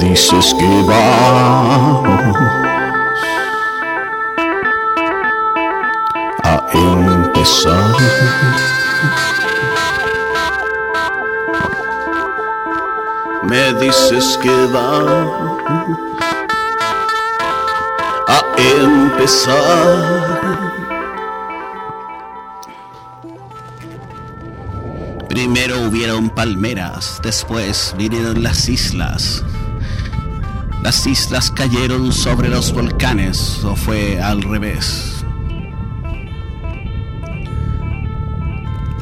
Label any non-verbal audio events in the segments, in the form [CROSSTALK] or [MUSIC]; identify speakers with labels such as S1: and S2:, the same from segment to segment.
S1: dices que vamos a empezar. Me dices que vamos a empezar. Primero hubieron palmeras, después vinieron las islas. Las islas cayeron sobre los volcanes o fue al revés.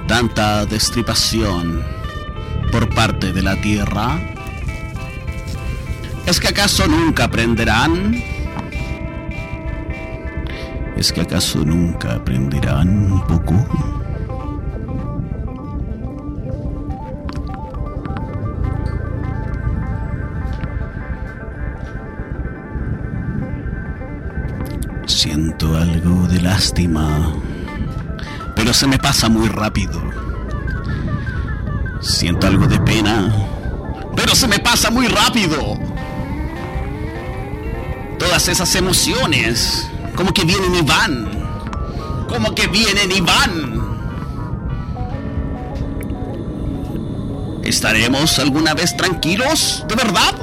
S1: Tanta destripación por parte de la Tierra. ¿Es que acaso nunca aprenderán? ¿Es que acaso nunca aprenderán un poco? Siento algo de lástima, pero se me pasa muy rápido. Siento algo de pena, pero se me pasa muy rápido. Todas esas emociones, como que vienen y van, como que vienen y van. ¿Estaremos alguna vez tranquilos? ¿De verdad?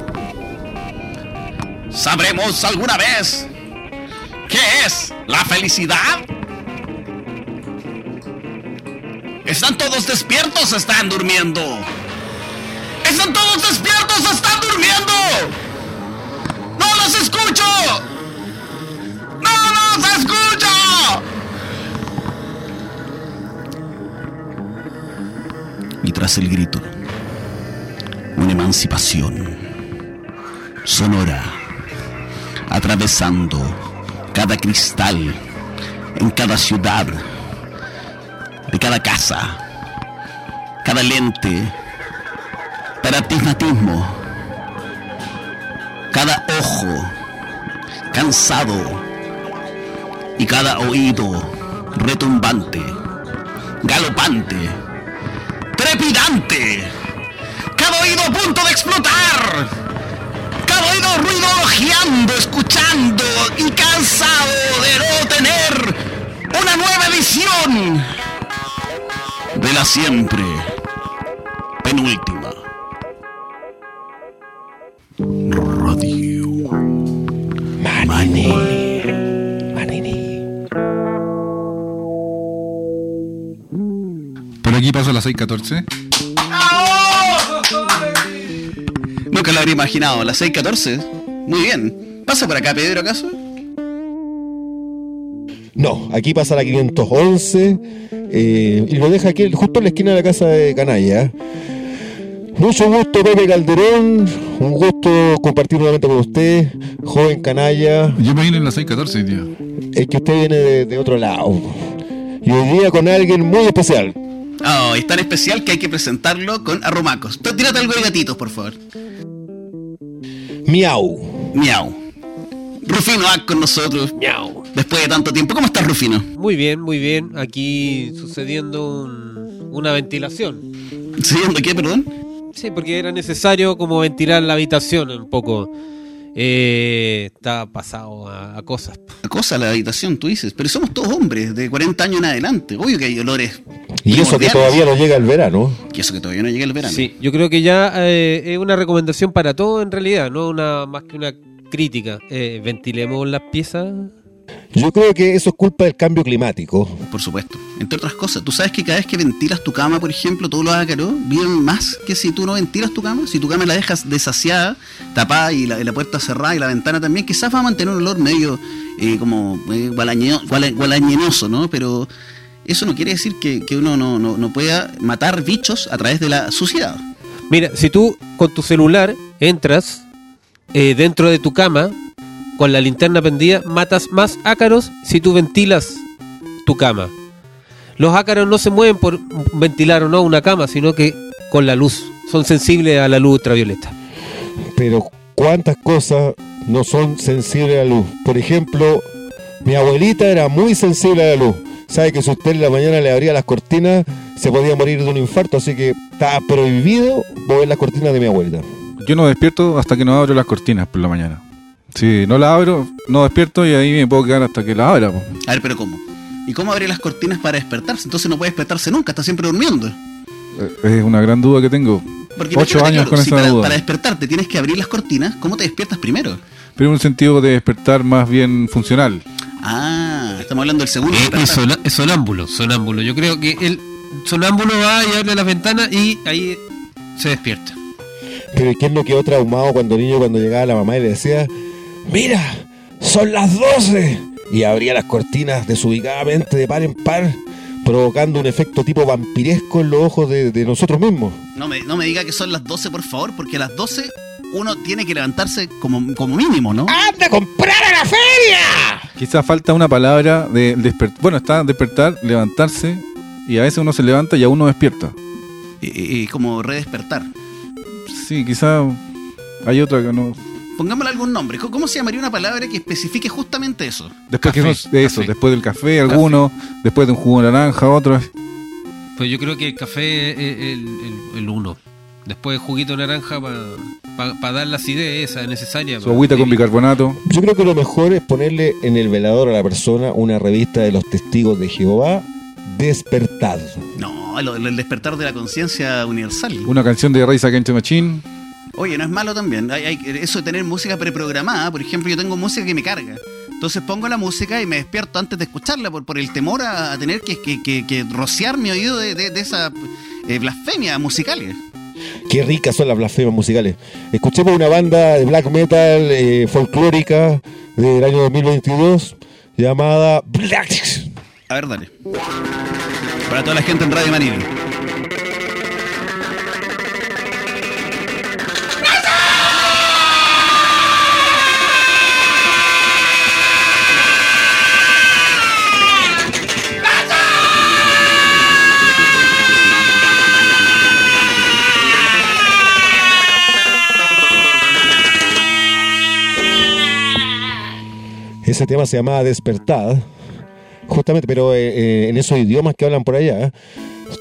S1: ¿Sabremos alguna vez ¿Qué es? ¿La felicidad? ¿Están todos despiertos? ¿Están durmiendo? ¿Están todos despiertos? ¿Están durmiendo? ¡No los escucho! ¡No los escucho! Y tras el grito, una emancipación sonora atravesando cada cristal, en cada ciudad, de cada casa, cada lente, paratismatismo, cada ojo cansado y cada oído retumbante, galopante, trepidante, cada oído a punto de explotar oído ruido ojeando, escuchando y cansado de no tener una nueva edición de la siempre penúltima. Radio Manini. Manini.
S2: Por aquí pasó las 6.14.
S1: Nunca lo habría imaginado, las 6.14. Muy bien. ¿Pasa por acá, Pedro, acaso?
S3: No, aquí pasa la 511 eh, y lo deja aquí, justo en la esquina de la casa de Canalla. Mucho gusto, Pepe Calderón. Un gusto compartir nuevamente con usted, joven canalla.
S2: Yo me vine en las 6.14, tío.
S3: Es que usted viene de, de otro lado. Y hoy día con alguien muy especial.
S1: Oh, es tan especial que hay que presentarlo con arromacos. Tú tírate algo de gatitos, por favor.
S3: Miau.
S1: Miau. Rufino va con nosotros. Miau. Después de tanto tiempo. ¿Cómo estás, Rufino?
S4: Muy bien, muy bien. Aquí sucediendo un- una ventilación.
S1: ¿Siguiendo qué, perdón?
S4: Sí, porque era necesario como ventilar la habitación un poco. Eh, está pasado a, a cosas.
S1: La cosa, la habitación, tú dices. Pero somos todos hombres, de 40 años en adelante. Obvio que hay olores.
S3: Y eso que
S1: primordiales.
S3: todavía no llega el verano.
S1: Y eso que todavía no llega el verano.
S4: Sí, yo creo que ya eh, es una recomendación para todo en realidad, no una más que una crítica. Eh, ventilemos las piezas.
S3: Yo creo que eso es culpa del cambio climático.
S1: Por supuesto. Entre otras cosas, tú sabes que cada vez que ventilas tu cama, por ejemplo, todos los ácaros viven más que si tú no ventilas tu cama. Si tu cama la dejas desasiada, tapada y la, y la puerta cerrada y la ventana también, quizás va a mantener un olor medio eh, como eh, gualañeo- guala- gualañenoso, ¿no? Pero eso no quiere decir que, que uno no, no, no pueda matar bichos a través de la suciedad.
S4: Mira, si tú con tu celular entras eh, dentro de tu cama con la linterna prendida, matas más ácaros si tú ventilas tu cama. Los ácaros no se mueven por ventilar o no una cama, sino que con la luz. Son sensibles a la luz ultravioleta.
S3: Pero cuántas cosas no son sensibles a la luz. Por ejemplo, mi abuelita era muy sensible a la luz. Sabe que si usted en la mañana le abría las cortinas, se podía morir de un infarto. Así que está prohibido mover las cortinas de mi abuelita.
S2: yo no despierto hasta que no abro las cortinas por la mañana. Si no las abro, no despierto y ahí me puedo quedar hasta que las abra. po.
S1: A ver, pero ¿cómo? ¿Y cómo abrir las cortinas para despertarse? Entonces no puede despertarse nunca, está siempre durmiendo.
S2: Eh, Es una gran duda que tengo. Ocho
S1: imagínate,
S2: años
S1: claro,
S2: con
S1: si
S2: esa
S1: para,
S2: duda.
S1: para despertarte tienes que abrir las cortinas, ¿cómo te despiertas primero?
S2: Pero en un sentido de despertar más bien funcional.
S1: Ah, estamos hablando del segundo.
S4: Eh, Es,
S1: despertar.
S4: es soná- es sonámbulo, sonámbulo. Yo creo que el sonámbulo va y abre las ventanas y ahí se despierta.
S3: Pero ¿quién no quedó traumado cuando niño, cuando llegaba la mamá y le decía, mira, son las 12? Y abría las cortinas desubicadamente de par en par, provocando un efecto tipo vampiresco en los ojos de, de nosotros mismos.
S1: No, me, no me diga que son las 12, por favor, porque a las 12 uno tiene que levantarse como, como mínimo, ¿no?
S3: ¡Anda a comprar a la feria!
S2: Quizás falta una palabra de despertar. Bueno, está despertar, levantarse. Y a veces uno se levanta y aún no despierta.
S1: Y, y- y como redespertar.
S2: Sí, quizás hay otra que no.
S1: Pongámosle algún nombre. ¿Cómo, cómo se llamaría una palabra que especifique justamente eso?
S2: Después
S4: Café,
S2: que eso- de eso,
S4: café.
S2: después del café, alguno, después de un jugo de naranja, otro.
S4: Pues yo creo que el café es el, el- el uno. Después juguito de naranja para dar las ideas esas necesarias.
S2: Su agüita con
S4: bicarbonato.
S2: bicarbonato.
S3: Yo creo que lo mejor es ponerle en el velador a la persona una revista de los testigos de Jehová despertado.
S1: No, lo- lo- el despertar de la conciencia universal.
S2: Una canción de Raiza Against the Machine.
S1: Oye, no es malo también. Hay, hay- eso de tener música preprogramada, por ejemplo, yo tengo música que me carga. Entonces pongo la música y me despierto antes de escucharla por, por el temor a, a tener que, que- que- que rociar mi oído de, de- de esa eh, blasfemia musical.
S3: Qué ricas son las blasfemas musicales. Escuchemos una banda de black metal eh, folclórica del año 2022 llamada Black.
S1: A ver, dale. Para toda la gente en Radio Manil.
S3: Ese tema se llamaba Despertad, justamente, pero eh, eh, en esos idiomas que hablan por allá.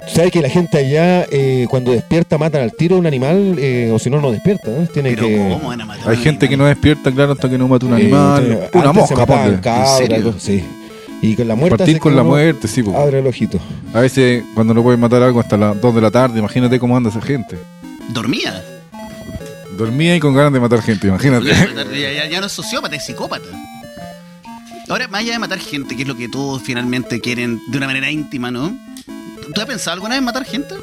S3: ¿Sabes que la gente allá, eh, cuando despierta, matan al tiro a un animal? eh, o si no, no despierta. ¿eh? Tiene
S1: Pero
S3: que.
S1: ¿cómo van a matar a
S2: Hay
S1: un
S2: gente que no
S1: animal?
S2: despierta, claro, hasta que no mata un
S3: eh,
S2: animal.
S3: tiene-
S2: una
S3: antes
S2: mosca,
S3: se mataban
S2: ponte.
S3: cabras,
S1: ¿En serio?
S3: algo- sí. Y con la muerte.
S2: Partir
S3: hace
S2: con
S3: que
S2: la
S3: uno
S2: muerte, sí, po.
S3: Abre el ojito.
S2: A veces cuando no puedes matar algo hasta las 2 de la tarde, imagínate cómo anda esa gente.
S1: Dormía.
S2: Dormía y con ganas de matar
S1: [LAUGHS]
S2: gente, imagínate.
S1: Ya, ya- ya no es sociópata, es psicópata. Ahora, más allá de matar gente, que es lo que todos finalmente quieren de una manera íntima, ¿no? ¿Tú has pensado alguna vez en matar gente?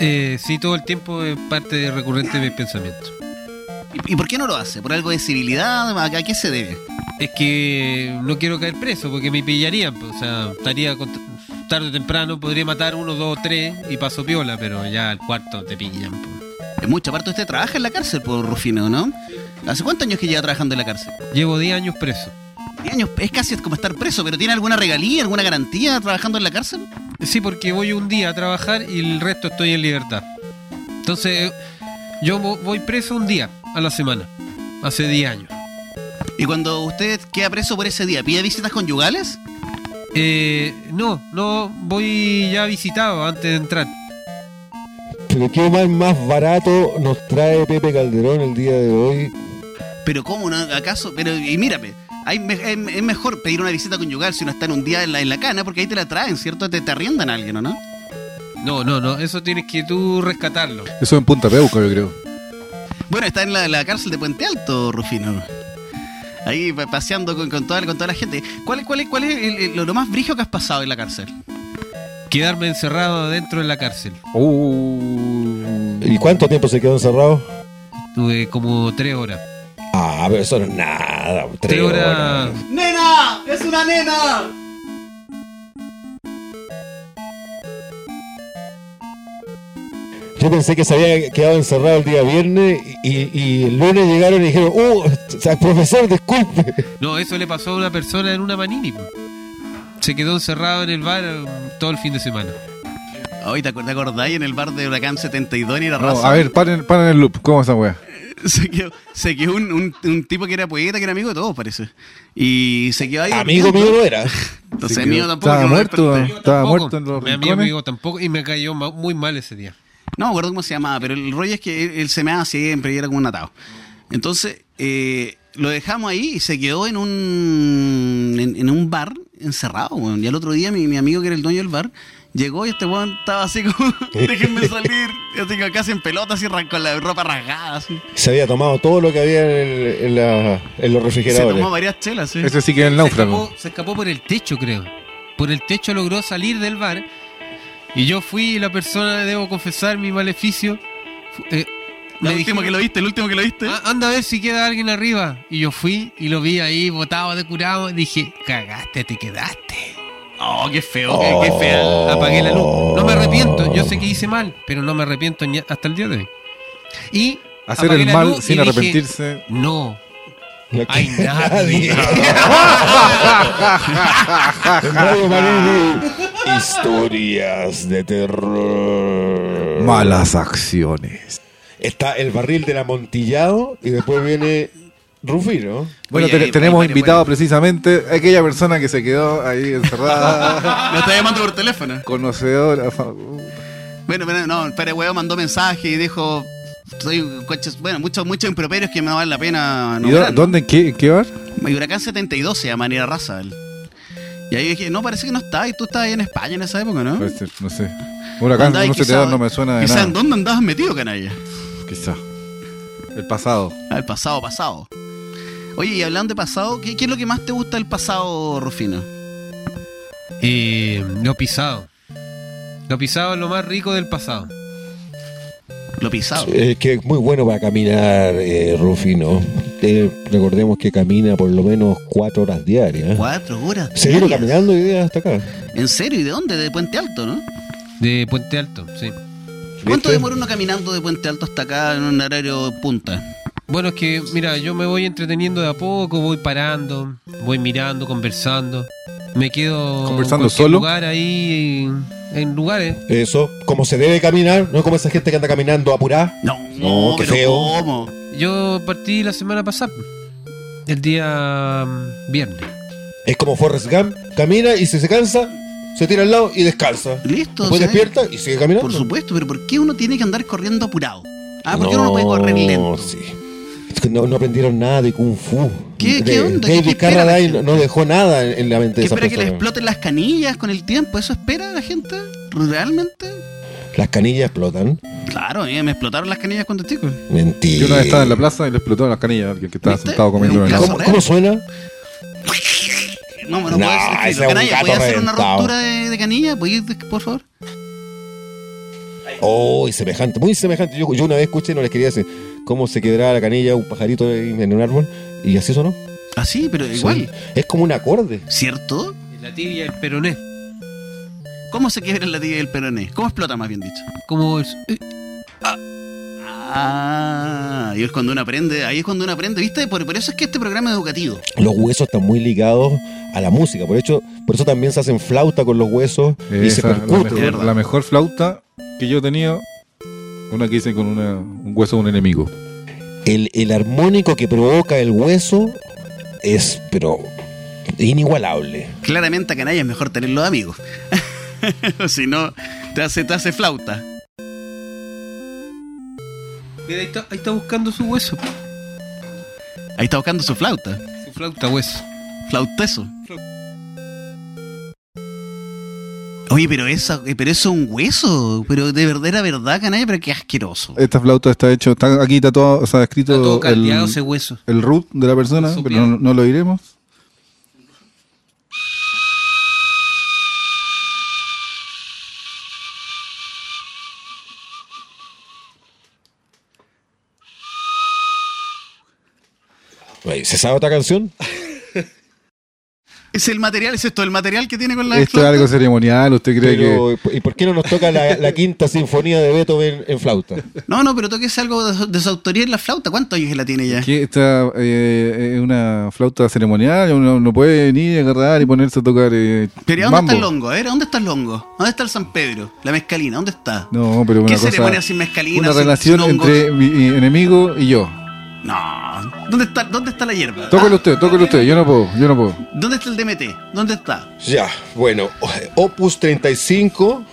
S4: Eh, sí, todo el tiempo es parte recurrente de mis pensamientos.
S1: ¿Y, y por qué no lo hace? ¿Por algo de civilidad? ¿A, a qué se debe?
S4: Es que no quiero caer preso porque me pillarían. pues, O sea, estaría cont- tarde o temprano, podría matar uno, dos, tres y paso piola, pero ya al cuarto te pillan. pues.
S1: En mucha parte usted este, trabaja en la cárcel, por Rufino, ¿no? ¿Hace cuántos años que lleva trabajando en la cárcel?
S4: Llevo 10 años preso.
S1: Diez años, es casi como estar preso, pero ¿tiene alguna regalía, alguna garantía trabajando en la cárcel?
S4: Sí, porque voy un día a trabajar y el resto estoy en libertad. Entonces, eh, yo vo- voy preso un día a la semana, hace 10 años.
S1: Y cuando usted queda preso por ese día, ¿pide visitas conyugales?
S4: Eh, no, no voy ya visitado antes de entrar.
S3: Pero qué mal más barato nos trae Pepe Calderón el día de hoy.
S1: Pero ¿cómo? no? ¿Acaso? Pero, y mírame, hay me- es, es mejor pedir una visita conyugal si uno está en un día en la, en la cana, porque ahí te la traen, ¿cierto? Te, te arriendan a alguien, ¿o no?
S4: No, no, no, eso tienes que tú rescatarlo.
S2: Eso en Punta Peuca, yo creo.
S1: Bueno, está en la, la cárcel de Puente Alto, Rufino. Ahí pa- paseando con, con toda, con toda la gente. ¿Cuál, es- cuál, es- cuál es el- el- lo, lo más brígido que has pasado en la cárcel?
S4: Quedarme encerrado dentro de la cárcel.
S2: Uh.
S3: ¿Y cuánto tiempo se quedó encerrado?
S4: Tuve como 3 horas.
S3: Ah, pero eso no es nada.
S4: 3
S3: Tres
S4: horas.
S1: ¡Nena! ¡Es una nena!
S3: Yo pensé que se había quedado encerrado el día viernes y, y el lunes llegaron y dijeron, ¡Uh! o sea, profesor, disculpe.
S4: No, eso le pasó a una persona en una manini. po. Se quedó encerrado en el bar eh, todo el fin de semana.
S1: Hoy te acuer- te acordáis en el bar de Huracán 72 en la
S2: No,
S1: raza.
S2: Oh, a ver, paren, paren el loop. ¿Cómo esa weá?
S1: [LAUGHS] Se quedó, se quedó un, un- un tipo que era poeta, que era amigo de todos, parece. Y se quedó ahí.
S3: Amigo mío no era.
S1: Entonces,
S2: Se
S1: mío
S2: quedó-
S1: tampoco.
S2: Estaba
S1: que no lo
S2: muerto.
S1: desperté.
S2: Estaba
S4: Tampoco,
S2: muerto en los
S4: mi amigo,
S2: rincones.
S4: amigo tampoco y me cayó ma- muy mal ese día.
S1: No me acuerdo cómo se llamaba, pero el rollo es que él, él se meaba siempre y era como un atado. Entonces, eh, lo dejamos ahí y se quedó en un, en, en un bar encerrado. weón. Y al otro día mi, mi amigo, que era el dueño del bar, llegó y este weón estaba así como, [LAUGHS]
S2: [LAUGHS]
S1: déjenme salir. Y así que casi en pelota, así ra- con la ropa rasgada. Así.
S3: Se había tomado todo lo que había en, el- en la- en los
S1: Se
S3: refrigeradores.
S1: tomó varias chelas, sí.
S2: Ese sí que es el
S4: Se
S2: náufrago.
S4: escapó, se escapó por el techo, creo. Por el techo logró salir del bar. Y yo fui la persona, debo confesar, mi maleficio. fu- eh,
S1: El
S4: me
S1: último
S4: dijeron,
S1: que lo viste, el último que lo
S2: [LAUGHS]
S1: viste.
S4: "Ah, anda a ver si queda alguien arriba. Y yo fui y lo vi ahí, botado de curado. Y dije, cagaste, te quedaste.
S1: Oh, qué feo,
S3: Oh.
S1: qué, qué fea.
S4: Apagué la luz. No me arrepiento. Yo sé que hice mal, pero no me arrepiento ni hasta el día de hoy. Y
S2: Hacer
S4: apagué
S2: el
S4: la
S2: mal
S4: luz y
S2: sin
S4: dije,
S2: arrepentirse.
S4: no,
S3: No
S4: hay
S3: que- [LAUGHS]
S4: nadie.
S3: Radio Manini. Historias de terror.
S2: Malas acciones.
S3: Está el barril del amontillado y después viene Rufino.
S2: Bueno,
S1: Oye,
S2: te-
S1: hay-
S2: tenemos
S1: hay varias
S2: invitado
S1: buenas.
S2: precisamente a aquella persona que se quedó ahí encerrada,
S1: Me está llamando por teléfono.
S2: conocedora.
S1: Bueno, pero no, el Pérez Huevo mandó mensaje y dijo: Soy un coche. Bueno, muchos muchos improperios que no vale la pena.
S2: ¿Y dó-
S1: nombrar.
S2: dónde? ¿En qué, en qué bar?
S1: Y Huracán 72 se llama Manera Raza. él. Y ahí dije: No, parece que no está. Y tú estabas ahí en España en esa época, ¿no?
S2: Puede ser, No sé. Huracán
S1: ¿Ah? Andá, y
S2: no se te
S1: quizá-
S2: da, no me suena de
S1: quizá, ¿en
S2: nada.
S1: dónde andabas metido, canalla?
S2: Quizá. El pasado.
S1: Al pasado, pasado. Oye, y hablando de pasado, ¿qué, qué es lo que más te gusta del pasado, Rufino?
S4: Eh, lo pisado. Lo pisado es lo más rico del pasado.
S1: Lo pisado.
S3: Eh, que es muy bueno para caminar, eh, Rufino. Eh, recordemos que camina por lo menos cuatro horas diarias.
S1: Cuatro horas.
S3: Se vino
S1: diarias.
S3: caminando y llega hasta acá.
S1: ¿En serio? ¿Y de dónde? De Puente Alto, ¿no?
S4: De Puente Alto, sí.
S1: ¿Cuánto
S3: ¿Viste?
S1: demora uno caminando de Puente Alto hasta acá en un horario punta?
S4: Bueno, es que, mira, yo me voy entreteniendo de a poco, voy parando, voy mirando, conversando. Me quedo
S2: ¿Conversando
S4: en cualquier
S2: solo?
S4: lugar ahí, en, en lugares.
S3: Eso, como se debe caminar, no como esa gente que anda caminando apurada.
S1: No,
S3: No, qué
S1: pero
S3: feo.
S1: ¿cómo?
S4: Yo partí la semana pasada, el día mm, viernes.
S3: Es como Forrest Gump, camina y si se cansa, se tira al lado y descansa.
S1: Listo,
S3: Después
S1: se-
S3: despierta y sigue caminando.
S1: Por supuesto, pero ¿por qué uno tiene que andar corriendo apurado? Ah, ¿por qué uno no puede correr lento?
S3: sí. Es que No, no aprendieron nada de Kung Fu.
S1: ¿Qué-
S3: De-
S1: qué onda? ¿Qué-
S3: David
S1: qué espera la
S3: Carradine
S1: gente?
S3: no dejó nada en, en la mente
S1: ¿Qué
S3: de esa
S1: espera que le
S3: persona.
S1: exploten las canillas con el tiempo? ¿Eso espera la gente? ¿Realmente?
S3: Las canillas explotan.
S1: Claro, eh, me explotaron las canillas cuando chico.
S3: Mentira.
S2: Yo una vez estaba en la plaza y le explotó las canillas a alguien que estaba
S1: ¿Viste?
S2: sentado comiendo
S1: Un
S2: una
S1: caso
S2: helado.
S3: ¿Cómo, cómo suena?
S1: No, no
S3: Nah,
S1: puedo hacer
S3: ese es
S1: escrito.
S3: un
S1: Canalla,
S3: gato
S1: ¿puedes hacer una
S3: reventado.
S1: ruptura de, de canilla? ¿Puedes, por favor?
S3: Oh, y semejante, muy semejante. Yo, yo una vez escuché, no les quería decir, cómo se quebraba la canilla un pajarito en en un árbol y así sonó.
S1: Ah, sí, pero
S3: Sí.
S1: igual.
S3: Es como un acorde.
S1: ¿Cierto?
S4: La tibia, el peroné.
S1: ¿Cómo se quiebra la tibia del peroné? ¿Cómo explota, más bien dicho?
S4: Como es- eh,
S1: Ah, y es cuando uno aprende, ahí es cuando uno aprende, ¿viste? Por, por eso es que este programa es educativo.
S3: Los huesos están muy ligados a la música. Por hecho, por eso también se hacen flauta con los huesos y se
S2: Esa, la,
S3: percute.
S1: de verdad.
S2: mejor, la mejor flauta que yo he tenido, una que hice con una- un hueso de un enemigo.
S3: el, el armónico que provoca el hueso es, pero, inigualable.
S1: Claramente a canalla es mejor tenerlo de amigos. [LAUGHS] si no, te hace, te hace flauta.
S4: mira, ahí está, ahí está buscando su hueso,
S1: Ahí está buscando su flauta.
S4: su flauta hueso.
S1: Flauteso. Oye, pero esa, eh, pero eso es un hueso. Pero de verdad era verdad, canalla, pero qué asqueroso.
S2: Esta flauta está hecho, está aquí está todo, o sea, escrito
S4: Está todo caldeado
S2: el,
S4: ese hueso.
S2: el root de la persona,
S4: Su
S2: pero
S4: piel.
S2: no, no lo diremos.
S3: Oye, ¿Se sabe otra canción?
S1: Es el material, es esto, el material que tiene con la
S2: Esto es
S1: flauta?
S2: algo ceremonial, usted cree que.
S3: Pero, ¿Y por qué no nos toca la, la quinta sinfonía de Beethoven en flauta?
S1: No, no, pero toques algo de, su- de su autoría en la flauta. ¿Cuántos años la tiene ya?
S2: que esta eh, es una flauta ceremonial, uno no puede ni agarrar y ponerse a tocar. eh,
S1: Pero ¿y ¿dónde
S2: mambo.
S1: está el longo? A ver, ¿dónde está el longo? ¿Dónde está el San Pedro? La mezcalina, ¿dónde está?
S2: No, pero
S1: ¿Qué
S2: una
S1: ceremonia
S2: cosa.
S1: sin mezcalina?
S2: Una
S1: sin-
S2: relación
S1: sin hongos?
S2: entre mi eh, enemigo y yo.
S1: No. ¿Dónde está, ¿Dónde está la hierba? Ah,
S2: Tócalo usted, tócalo usted, yo no puedo, yo no puedo.
S1: ¿Dónde está el DMT? ¿Dónde está?
S3: Ya, bueno, Opus 35.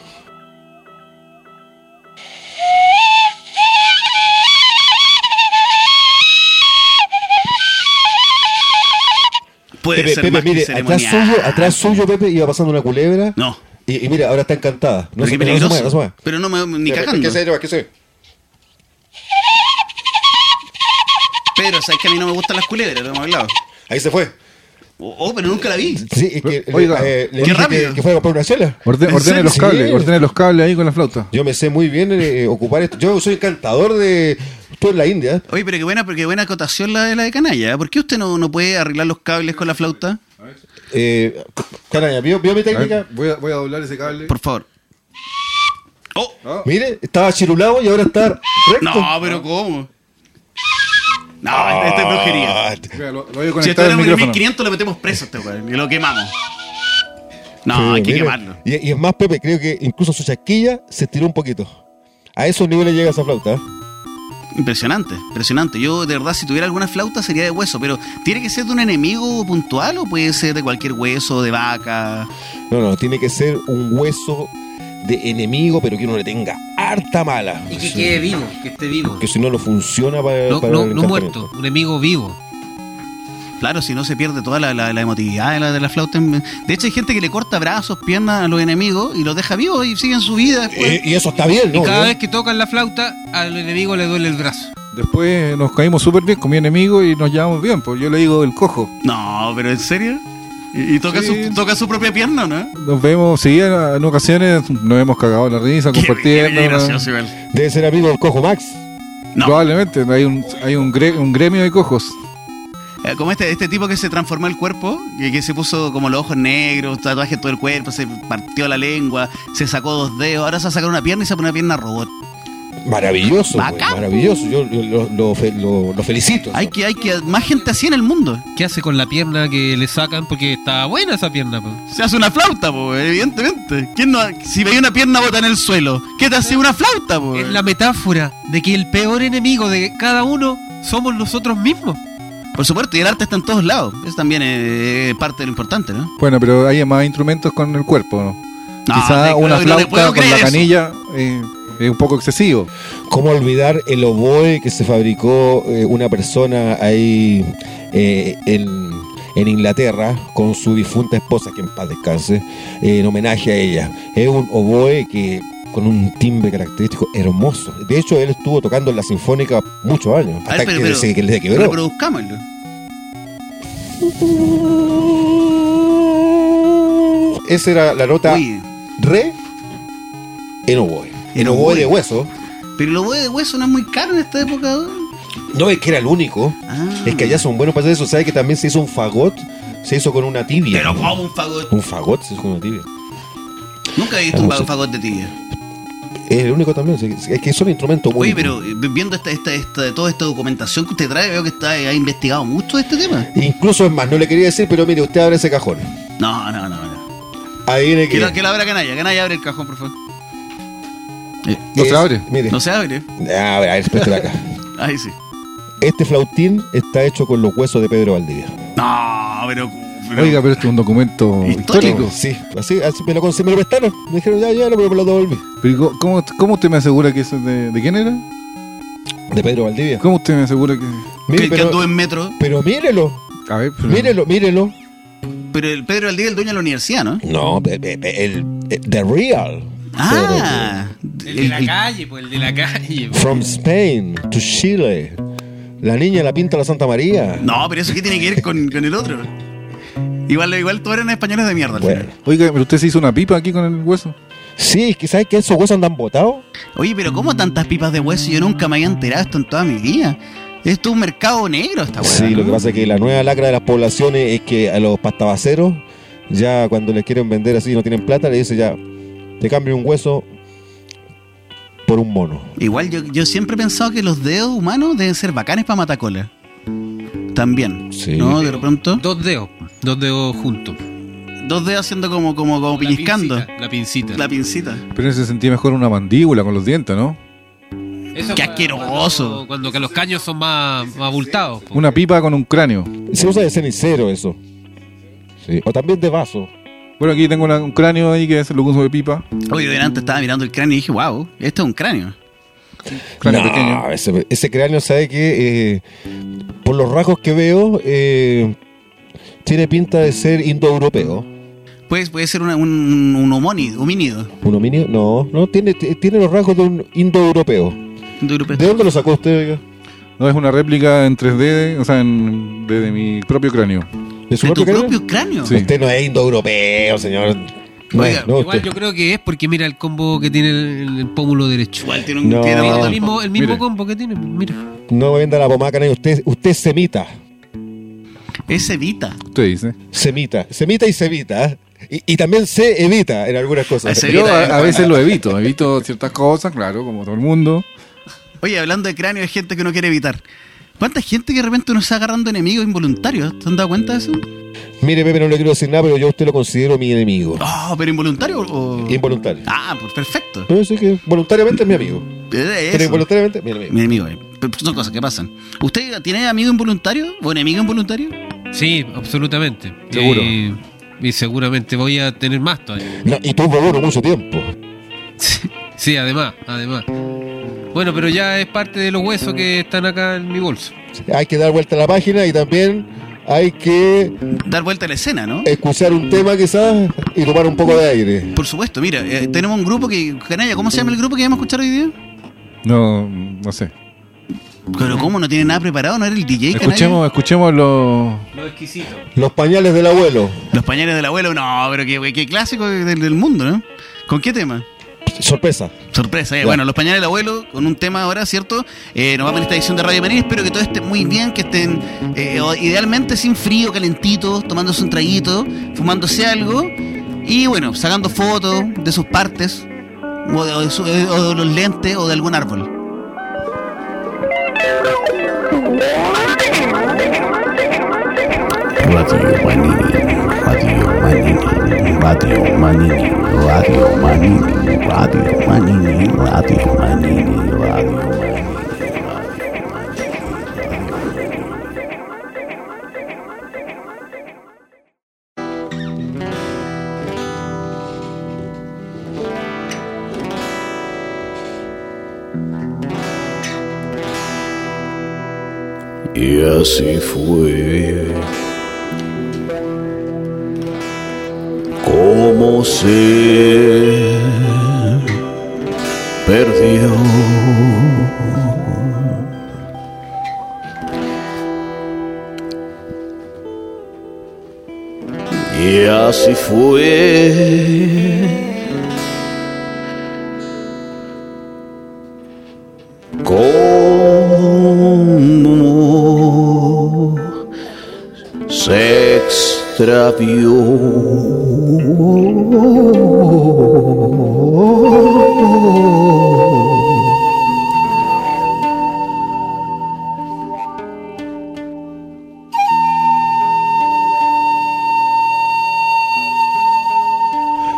S1: puede
S3: Pepe,
S1: ser
S3: Pepe,
S1: más que
S3: mire, atrás
S1: ceremonial.
S3: suyo, atrás suyo, Pepe, iba pasando una culebra.
S1: No.
S3: Y, y mira, ahora está encantada. No
S1: Pero
S3: se,
S1: qué
S3: no se
S1: peligroso.
S3: mueve, no se mueve.
S1: pero no me ni cagando.
S3: ¿Qué se
S1: Pero sabes que a mí no me gustan las culebras, lo hemos hablado.
S3: Ahí se fue.
S1: Oh, oh, pero nunca la vi.
S3: Sí, es que
S2: Oiga,
S3: le, eh, le
S1: qué
S3: dije
S1: rápido.
S3: que, que fue a comprar una chela.
S2: Orde-
S1: ¿En
S2: ordene
S1: serio?
S2: los cables,
S3: Sí.
S2: ordene los cables ahí con la flauta.
S3: Yo me sé muy bien eh, ocupar esto. Yo soy encantador de. Tú en la India.
S1: Oye, pero qué buena, pero qué buena acotación la de la de canalla. ¿eh? ¿Por qué usted no, no puede arreglar los cables con la flauta?
S3: Eh, canalla, ¿vio, vio mi técnica?
S2: voy, a, doblar ese cable.
S1: Por favor. Oh,
S3: Mire, estaba chirulado y ahora está recto.
S1: no, pero ¿cómo? No, esta es brujería.
S3: Ah,
S2: lo, voy a
S1: Si esto
S2: conectar
S1: era
S2: al
S1: un
S2: micrófono.
S1: 1500, le metemos preso a este weón y lo quemamos. No, hay que
S3: mire,
S1: quemarlo.
S3: Y, y es más, Pepe, creo que incluso su chasquilla se estiró un poquito. A esos niveles llega esa flauta. ¿eh?
S1: Impresionante, impresionante. Yo, de verdad, si tuviera alguna flauta sería de hueso, pero ¿tiene que ser de un enemigo puntual o puede ser de cualquier hueso, de vaca?
S3: No, no, tiene que ser un hueso de enemigo, pero que uno le tenga harta mala.
S4: Y que
S3: Sí.
S4: quede vivo, que esté vivo.
S3: Porque si no, no funciona para,
S4: No,
S3: para
S4: no,
S3: el
S4: no
S3: encantamiento.
S4: muerto, un enemigo vivo.
S1: Claro, si no se pierde toda la, la- la emotividad de la, de la flauta. De hecho, hay gente que le corta brazos, piernas a los enemigos y los deja vivos y siguen su vida. después.
S3: Eh, y eso está bien, ¿no?
S4: y cada
S3: ¿no?
S4: vez que tocan la flauta, al enemigo le duele el brazo.
S2: Después nos caímos súper bien con mi enemigo y nos llevamos bien. Pues yo le digo el cojo.
S1: No, pero ¿en serio? ¿Y, y toca,
S2: Sí.
S1: su, toca su propia pierna o no?
S2: Nos vemos, sí, en, en ocasiones nos hemos cagado la risa,
S1: Qué- qué
S2: compartiendo. ¿no?
S1: gracioso igual.
S3: Debe ser amigo del cojo Max.
S1: No.
S2: Probablemente, hay un, hay un, gre- un gremio de cojos.
S1: Eh, Como este, este tipo que se transformó el cuerpo, que, que se puso como los ojos negros, tatuaje en todo el cuerpo, se partió la lengua, se sacó dos dedos, ahora se va a sacar una pierna y se pone una pierna robot.
S3: Maravilloso, güey,
S1: Bacán.
S3: maravilloso. Yo yo lo, lo fe- lo- lo felicito.
S1: Hay que, hay que, más gente así en el mundo.
S4: ¿Qué hace con la pierna que le sacan? Porque está buena esa pierna. po.
S1: Se hace una flauta, po, evidentemente. ¿Quién no, si veía una pierna bota en el suelo, ¿qué te hace una flauta, po?
S4: Es la metáfora de que el peor enemigo de cada uno somos nosotros mismos.
S1: Por supuesto, y el arte está en todos lados. Eso también eh, es parte de lo importante, ¿no?
S2: Bueno, pero hay más instrumentos con el cuerpo, ¿no?
S1: No,
S2: Quizá
S1: no,
S2: una
S1: no le puedo
S2: flauta con
S1: creer
S2: la
S1: eso.
S2: canilla eh, es un poco excesivo.
S3: ¿Cómo olvidar el oboe que se fabricó eh, una persona ahí eh, en, en Inglaterra con su difunta esposa, que en paz descanse, eh, en homenaje a ella? Es un oboe que con un timbre característico hermoso. De hecho, él estuvo tocando en la Sinfónica muchos años,
S1: A ver,
S3: hasta
S1: pero-
S3: que,
S1: pero-
S3: se, que le quebró.
S1: Reproduzcámoslo.
S3: Esa era la nota
S1: Oye,
S3: re en oboe. En
S1: En
S3: oboe
S1: oboe.
S3: de hueso.
S1: pero lo de hueso no es muy caro en esta época, ¿no?
S3: No es que era el único.
S1: Ah.
S3: Es que allá son buenos para hacer eso. ¿Sabe que también se hizo un fagot? Se hizo con una tibia.
S1: Pero como un fagot.
S3: Un fagot se hizo con una tibia.
S1: Nunca he visto
S3: Vamos a-
S1: un fagot de tibia.
S3: Es el único también. se- Es que son instrumentos muy.
S1: Oye, pero eh, viendo esta, esta, esta, toda esta documentación que usted trae, veo que está, eh, ha investigado mucho de este tema.
S3: Incluso es más, no le quería decir, pero mire, usted abre ese cajón.
S1: No, no, no. no.
S3: Ahí viene
S1: Que,
S3: que.
S1: la, que la abra Canalla. Canalla, abre el cajón, por favor. Eh.
S2: No se abre.
S3: Mire. Ah,
S1: No se abre.
S3: A ver, a ver, espérate acá.
S1: Ahí sí.
S3: Este flautín está hecho con los huesos de Pedro Valdivia.
S1: No, pero. pero-
S2: Oiga, pero este es un documento
S1: Histórico.
S2: histórico.
S3: Sí, así, así me lo, con- me lo prestaron. Me dijeron, ya, ya, pero me lo devolví.
S2: Pero ¿cómo- ¿cómo, ¿Cómo usted me asegura que eso es de, de quién era?
S3: De Pedro Valdivia.
S2: ¿Cómo usted me asegura que.?
S1: que,
S3: Mire,
S1: que anduvo
S3: pero,
S1: en metro.
S3: pero mírelo,
S2: A ver, pero-
S3: mírelo, mírelo.
S1: Pero el Pedro Aldía es el dueño de la universidad, ¿no?
S3: No, pe- pe- pe- el, eh, The Real. Pedro Valdivia.
S1: Ah,
S4: El de la calle, pues el de la calle. po.
S3: From Spain to Chile. La niña de la pinta de la Santa María.
S1: No, pero eso qué tiene que ver con, con el otro. Igual, igual todos eran españoles de mierda al
S3: Bueno.
S1: final.
S2: Oiga, pero usted se hizo una pipa aquí con el hueso.
S3: Sí, es que ¿sabes que esos huesos andan botados?
S1: Oye, pero ¿cómo tantas pipas de hueso? Yo nunca me había enterado de esto en toda mi vida. Esto es un mercado negro esta weá.
S3: Sí,
S1: ¿no?
S3: lo que pasa es que la nueva lacra de las poblaciones es que a los pastabaceros, ya cuando les quieren vender así y no tienen plata, le dicen ya, te cambio un hueso por un mono.
S1: Igual yo, yo siempre he pensado que los dedos humanos deben ser bacanes para matacola. También.
S3: Sí.
S1: ¿No? De lo pronto.
S4: Dos dedos, dos dedos juntos.
S1: Dos dedos haciendo como, como, como pellizcando.
S4: La pincita.
S1: La pincita.
S2: Pero se sentía mejor una mandíbula con los dientes, ¿no?
S4: Eso
S1: ¡Qué
S4: cuando-
S1: asqueroso!
S4: Cuando, que los caños son más, más abultados. po.
S2: Una pipa con un cráneo.
S3: Se usa de cenicero eso. Sí, O también de vaso.
S2: Bueno, aquí tengo una- un cráneo ahí que es el uso de pipa.
S1: Oye, delante estaba mirando el cráneo y dije, wow, este es un cráneo.
S2: Cráneo
S3: No,
S2: pequeño.
S3: Ese, ese cráneo, sabe que por los rasgos que veo, eh, Tiene pinta de ser indoeuropeo.
S1: Pues puede ser una- un, un homónido, homínido.
S3: ¿Un hominio? No, no, tiene, t- tiene los rasgos de un indoeuropeo.
S1: indoeuropeo.
S3: ¿De dónde lo sacó usted, oiga?
S2: No es una réplica en 3D, o sea, en, de, de mi propio cráneo.
S3: ¿De su
S1: ¿De tu
S3: propio cráneo?
S1: propio cráneo?
S2: Sí.
S3: Usted no es indoeuropeo, señor. No,
S1: Oiga,
S3: es, no,
S4: Igual
S3: usted-
S4: yo creo que es porque mira el combo que tiene el, el pómulo derecho.
S1: Igual tiene un...
S3: No.
S1: tiene
S4: Mira,
S1: un-
S4: el mismo, el mismo
S2: Mire.
S4: combo que tiene. Mira.
S3: no venda la pomada, canalla. Usted, usted es semita.
S1: Es Evita.
S2: Usted dice.
S3: Semita. Semita y semita. ¿eh? Y, y también se evita en algunas cosas.
S1: Se
S2: Yo
S1: evita,
S2: a,
S1: eh,
S2: a
S1: bueno.
S2: veces lo evito, evito ciertas cosas, claro, como todo el mundo.
S1: Oye, hablando de cráneo, hay gente que uno quiere evitar. ¿Cuánta gente que de repente uno está agarrando enemigos involuntarios? ¿Te han dado cuenta de eso?
S3: Mire, Pepe, no le quiero decir nada, pero yo a usted lo considero mi enemigo.
S1: Oh, pero involuntario o...
S3: Involuntario.
S1: Ah, pues perfecto.
S3: No, sí Eh, que voluntariamente es mi amigo.
S1: Eh,
S3: Pero
S1: eso.
S3: involuntariamente es mi enemigo.
S1: Mi enemigo, eh. Pero son cosas que pasan. ¿Usted tiene amigo involuntario o enemigo involuntario?
S4: Sí, absolutamente.
S2: Seguro.
S4: Y, y seguramente voy a tener más todavía.
S3: No, y tú valoro mucho tiempo.
S4: [LAUGHS] Sí, además, además. Bueno, pero ya es parte de los huesos que están acá en mi bolso.
S3: Hay que dar vuelta a la página y también hay que
S1: Dar vuelta a la escena, ¿no?
S3: escuchar un tema quizás y tomar un poco de aire.
S1: Por supuesto, mira, eh, tenemos un grupo que... Canalla, ¿cómo se llama el grupo que vamos a escuchar hoy día?
S2: No, no sé.
S1: Pero ¿cómo? ¿No tiene nada preparado? ¿No era el DJ, canalla?
S2: Escuchemos, escuchemos lo.
S4: Lo exquisito.
S3: Los pañales del abuelo
S1: Los pañales del abuelo, no, pero qué, qué clásico del, del mundo, ¿no? ¿Con qué tema?
S3: sorpresa.
S1: Sorpresa, eh.
S3: Ya.
S1: Bueno, los pañales del abuelo, con un tema ahora, ¿cierto? Eh, nos vamos en esta edición de Radio Marín. Espero que todo esté muy bien, que estén eh, o- idealmente sin frío, calentitos, tomándose un traguito, fumándose algo y bueno, sacando fotos de sus partes o de, o de su- eh, o de los lentes o de algún árbol.
S5: Radio Manini, Radio Manini, Radio Manini, Radio Manini, Radio Manini, Radio Manini, Radio Manini. Y así fue. Como se perdió. Y así fue. Como se extravió.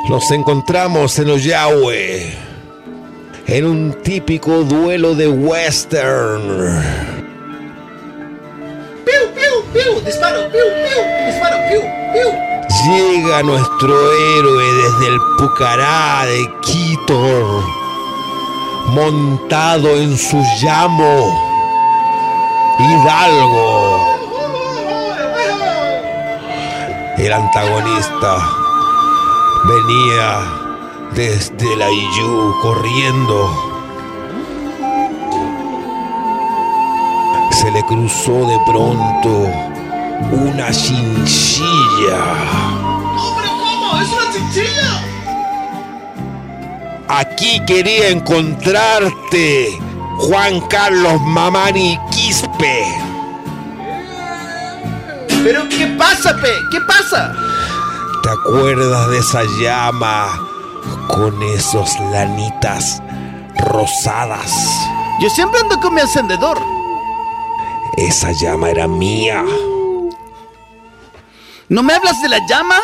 S3: Nos encontramos en Oyawe, en un típico duelo de western. Llega nuestro héroe desde el Pucará de Quito, montado en su llamo, Hidalgo. El antagonista venía desde la Iyú corriendo. Se le cruzó de pronto una chinchilla.
S6: ¡Hombre, cómo! ¡Es una chinchilla!
S3: Aquí quería encontrarte, Juan Carlos Mamani Quispe.
S6: ¿Pero qué pasa, pe? ¿Qué pasa?
S3: ¿Te acuerdas de esa llama con esos lanitas rosadas?
S6: Yo siempre ando con mi encendedor.
S3: Esa llama era mía.
S6: ¿No me hablas de la llama?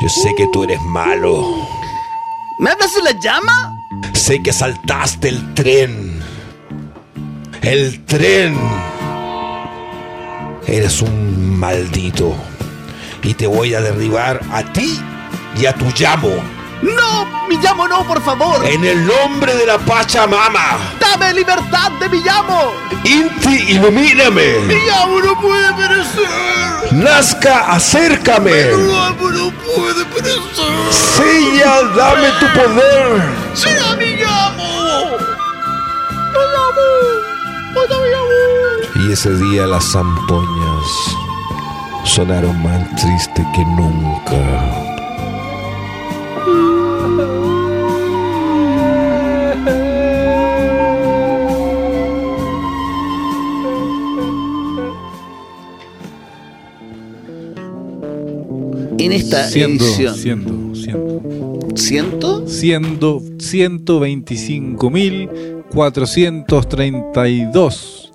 S3: Yo sé que tú eres malo.
S6: ¿Me hablas de la llama?
S3: Sé que saltaste el tren. El tren. Eres un maldito. Y te voy a derribar a ti y a tu llamo.
S1: ¡No! ¡Mi llamo no, por favor!
S3: En el nombre de la Pachamama,
S1: ¡Dame libertad de mi llamo!
S3: Inti, ilumíname.
S1: ¡Mi llamo no puede perecer!
S3: Nazca, acércame.
S1: llamo no puede perecer!
S3: Sella, dame tu poder.
S1: ¡Será mi llamo! ¡Mi llamo! ¡Hola, mi llamo!
S3: Y ese día las zampoñas sonaron más triste que nunca.
S1: En esta
S2: Siendo,
S1: edición,
S2: siendo, siendo.
S1: ¿siento?
S2: siendo 125.432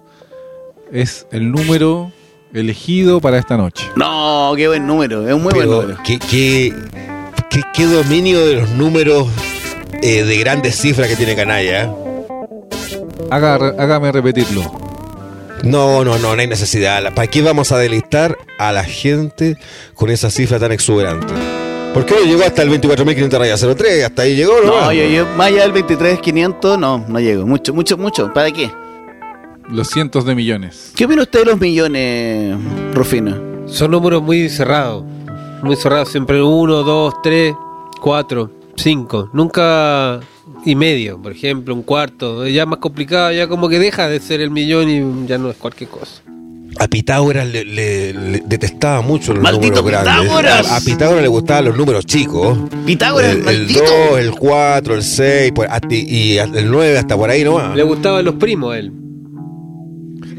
S2: es el número elegido para esta noche.
S1: No, qué buen número, es un muy buen número.
S3: Pero qué, qué, qué- qué dominio de los números eh, de grandes cifras que tiene Canalla. ¿eh?
S2: Haga- hágame repetirlo.
S3: No, no, no, no hay necesidad. La- ¿Para qué vamos a deleitar a la gente con esa cifra tan exuberante? Porque hoy llegó hasta el 24.500 raya 03, hasta ahí llegó, ¿no?
S1: No, yo, yo, más allá del 23.500, no, no llego. Mucho, mucho, mucho. ¿Para qué?
S2: Los cientos de millones.
S1: ¿Qué opina usted de los millones, Rufino?
S4: Son números muy cerrados. Muy cerrados. Siempre uno, dos, tres, cuatro, cinco. Nunca y medio, por ejemplo, un cuarto. Ya más complicado, ya como que deja de ser el millón y ya no es cualquier cosa.
S3: A Pitágoras le, le- le detestaba mucho los
S1: ¡Maldito
S3: números grandes.
S1: Pitágoras!
S3: A, a Pitágoras le gustaban los números chicos.
S1: Pitágoras,
S3: el, el
S1: Ah, maldito.
S3: 2, el 4, el 6, por- hasta- y hasta el 9, hasta por ahí nomás.
S4: Le gustaban los primos a él.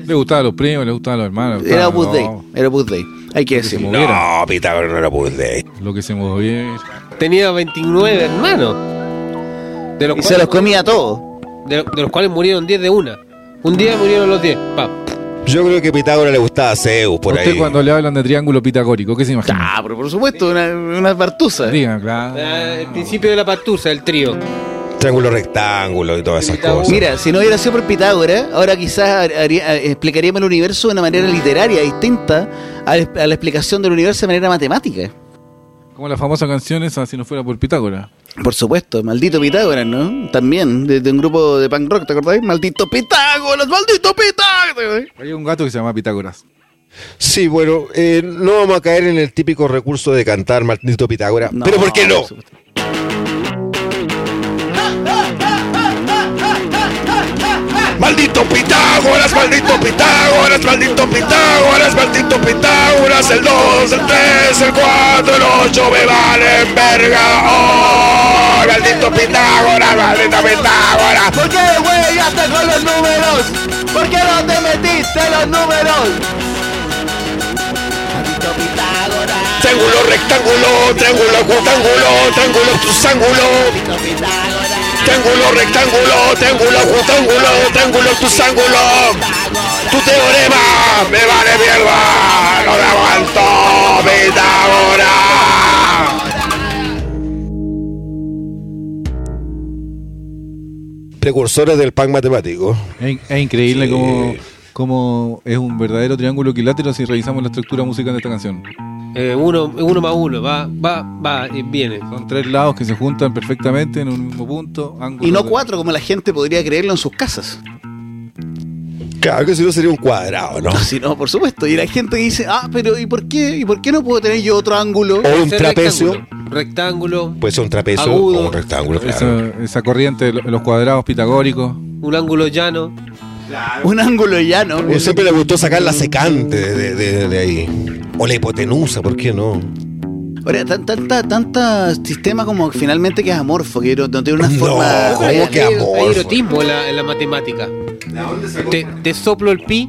S2: Le gustaban los primos, le gustaban los hermanos. le
S1: Era
S2: gustaban-
S1: Opus Dei,
S2: no,
S1: era Opus Dei. Hay que decirlo.
S3: No, Pitágoras no era Bull Day.
S2: lo que se movió.
S4: Tenía 29 hermanos. De los,
S1: Y se
S4: cuales,
S1: los comía a todos.
S4: de, de los cuales murieron 10 de una. Un día murieron los 10. pa.
S3: Yo creo que Pitágoras le gustaba Zeus por
S2: Usted
S3: ahí.
S2: cuando le hablan de triángulo pitagórico, ¿qué se imagina?
S1: Ah, pero por supuesto, una, una partusa.
S2: Digan, claro.
S4: Ah, El principio de la partusa, el trío.
S3: Triángulo rectángulo y todas esas
S4: Pitágoras.
S3: cosas.
S1: Mira, si no hubiera sido por Pitágoras, ahora quizás haría- explicaríamos el universo de una manera literaria distinta a la, a la explicación del universo de manera matemática.
S2: Como la famosa canción esa, si no fuera por Pitágoras.
S1: Por supuesto, maldito Pitágoras, ¿no? También, de, de un grupo de punk rock, ¿te acordáis? Maldito Pitágoras, maldito Pitágoras.
S2: Hay un gato que se llama Pitágoras.
S3: Sí, bueno, eh, no vamos a caer en el típico recurso de cantar maldito Pitágoras.
S1: No,
S3: pero ¿por qué no?
S1: por supuesto.
S3: ¡Maldito Pitágoras! ¡Maldito Pitágoras! ¡Maldito Pitágoras! ¡Maldito Pitágoras! El 2, el 3, el 4, el 8 me valen verga. ¡Oh! ¡Maldito Pitágoras! ¡Maldito Pitágoras!
S1: ¿Por qué, güey, ya te con los números? ¿Por qué no te metiste en los números? Maldito Pitágoras,
S3: Triángulo, rectángulo, triángulo, cuatángulo, triángulo, tusángulo. Triángulo, rectángulo, triángulo, cuatángulo, triángulo, tusángulo. Tu teorema me vale mierda, no me aguanto, Pitágoras. Precursores del pan matemático.
S2: Es, in- es increíble
S3: Sí.
S2: cómo, cómo es un verdadero triángulo equilátero si revisamos la estructura musical de esta canción.
S4: Eh, uno, uno más uno, va, va, va y viene.
S2: Son tres lados que se juntan perfectamente en un mismo punto. ángulo
S1: Y no
S2: de-
S1: cuatro, como la gente podría creerlo en sus casas.
S3: Claro que si no sería un cuadrado, ¿no?
S1: No, si no, por supuesto. Y la gente dice, ah, pero ¿y por qué? ¿Y por qué no puedo tener yo otro ángulo?
S3: O un
S4: Ese
S3: trapecio.
S4: Rectángulo. rectángulo,
S3: Puede ser un trapecio
S4: Agudo.
S3: o un rectángulo, claro.
S2: Esa, esa corriente de lo- los cuadrados pitagóricos.
S4: un ángulo llano.
S3: Oh.
S1: Un ángulo llano.
S3: A él siempre le gustó sacar la secante de, de- de ahí. O la hipotenusa, ¿por qué no?
S1: Ahora, tan, tanta, tanta sistema como que finalmente que es amorfo, que no, no tiene una
S3: No,
S1: forma.
S3: ¿cómo
S4: Hay-
S3: que
S4: hay-
S3: amor,
S4: Hay
S3: fue?
S4: erotismo en la, en la matemática. Te, te soplo el pi.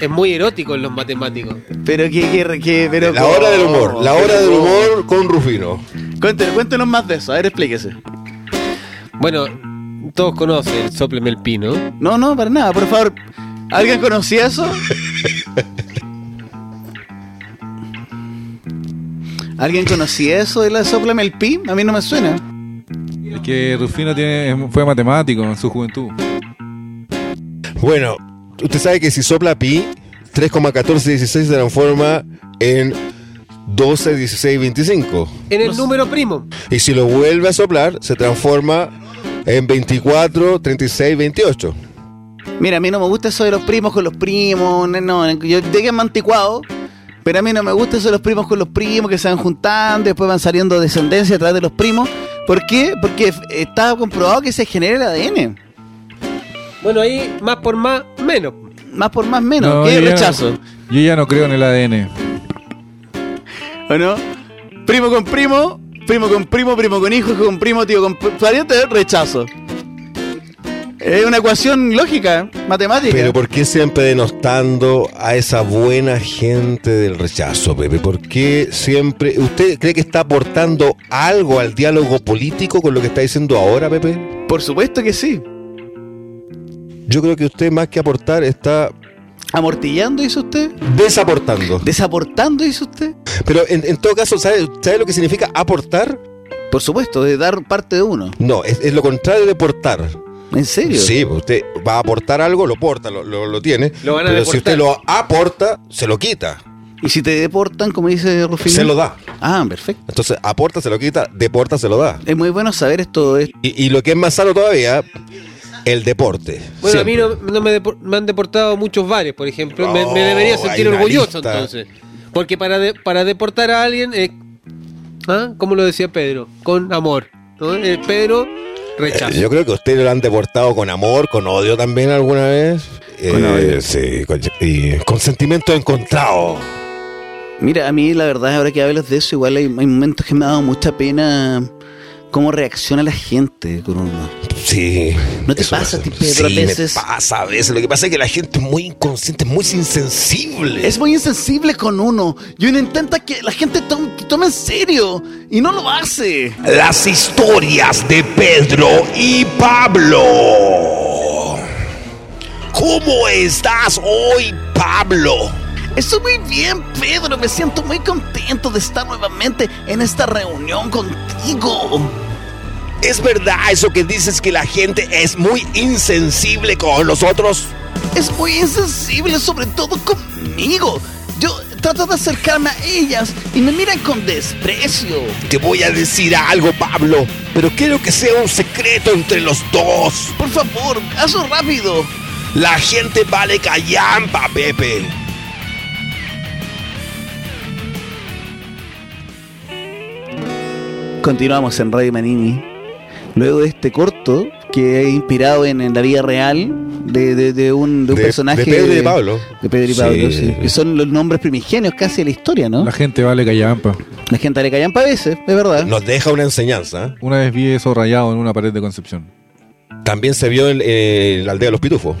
S4: Es muy erótico en los matemáticos.
S1: Pero que, que, que- pero
S3: La hora del humor,
S1: ¿cómo?
S3: la hora
S1: Pero
S3: del
S1: ¿cómo?
S3: humor con Rufino.
S1: Cuéntenos, cuéntenos más de eso, a ver, explíquese.
S4: Bueno, todos conocen el sopleme el pi, ¿no?
S1: No, no, para nada, por favor. ¿Alguien conocía eso?
S3: [LAUGHS]
S1: ¿Alguien conocía eso de la soplame el pi? A mí no me suena.
S2: Es que Rufino tiene, fue matemático en su juventud.
S3: Bueno, usted sabe que si sopla pi, 3,1416 se transforma en 12, 16, 25.
S4: En el número primo.
S3: Y si lo vuelve a soplar, se transforma en 24, 36, 28.
S1: Mira, a mí no me gusta eso de los primos con los primos. No, no, yo llegué anticuado, pero a mí no me gusta eso de los primos con los primos que se van juntando, después van saliendo descendencia atrás de los primos. ¿Por qué? Porque está comprobado que se genera el ADN.
S4: Bueno, ahí más por más, menos.
S1: Más por más menos.
S2: No,
S1: ¿Qué
S2: yo ya no-
S1: rechazo?
S2: yo ya no creo en el ADN.
S1: ¿O no? Primo con primo, primo con primo, primo con hijo, hijo con primo, tío con p- pariente, rechazo. Es una ecuación lógica, ¿eh? matemática.
S3: Pero ¿por qué siempre denostando a esa buena gente del rechazo, Pepe? ¿Por qué siempre... ¿Usted cree que está aportando algo al diálogo político con lo que está diciendo ahora, Pepe?
S1: Por supuesto que sí.
S3: Yo creo que usted más que aportar está
S1: Amortillando, dice usted.
S3: desaportando.
S1: Desaportando, dice usted.
S3: Pero en, en todo caso, ¿sabe, sabe lo que significa aportar?
S1: Por supuesto, de dar parte de uno.
S3: No, es, es lo contrario de portar.
S1: ¿En serio?
S3: Sí, pues usted va a aportar algo, lo porta, lo, lo- lo tiene.
S4: Lo van a
S3: pero si
S4: deportar.
S3: usted lo aporta, se lo quita,
S1: ¿Y si te deportan, como dice Rufino?
S3: se lo da.
S1: Ah, perfecto.
S3: Entonces, aporta, se lo quita, deporta, se lo da.
S1: Es muy bueno saber esto. es-
S3: Y, y lo que es más sano todavía, el deporte.
S4: Bueno,
S3: Siempre.
S4: a mí no, no me, depor- me han deportado muchos bares, por ejemplo. me, me
S3: Oh,
S4: debería
S3: hay
S4: sentir
S3: una
S4: orgulloso
S3: lista.
S4: entonces. Porque para, de- para deportar a alguien, eh, ¿ah? como lo decía Pedro, con amor. ¿no? Eh, Pedro rechaza.
S3: Eh, Yo creo que a usted lo han deportado con amor, con odio también alguna vez.
S1: Con
S3: Eh,
S1: odio.
S3: Sí, con, y con sentimiento encontrado.
S1: Mira, a mí la verdad, ahora que hablas de eso, igual hay, hay momentos que me ha dado mucha pena cómo reacciona la gente con uno.
S3: Sí.
S1: ¿No te
S3: eso
S1: pasa,
S3: me-
S1: tipo, pero a
S3: sí, me
S1: veces-
S3: pasa a veces. Lo que pasa es que la gente es muy inconsciente, es muy insensible.
S1: Es muy insensible con uno y uno intenta que la gente tome, que tome en serio y no lo hace.
S3: Las historias de Pedro y Pablo. ¿Cómo estás hoy, Pablo?
S1: Estoy muy bien, Pedro. Me siento muy contento de estar nuevamente en esta reunión contigo.
S3: ¿Es verdad eso que dices que la gente es muy insensible con nosotros?
S1: es muy insensible, sobre todo conmigo. Yo trato de acercarme a ellas y me miran con desprecio.
S3: Te voy a decir algo, Pablo, pero quiero que sea un secreto entre los dos.
S1: Por favor, hazlo rápido.
S3: La gente vale callampa, Pepe.
S1: Continuamos en Radio Manini. Luego de este corto que es inspirado en, en la vida real de, de- de un, de un personaje de Pedro y Pablo, sí. que son los nombres primigenios casi de la historia, ¿no?
S2: La
S1: La,
S2: gente vale callampa.
S1: gente le callan para veces, es verdad.
S3: Nos deja una enseñanza. ¿eh?
S2: Una vez vi eso rayado en una pared de Concepción.
S3: También se vio en eh, la aldea de los pitufos.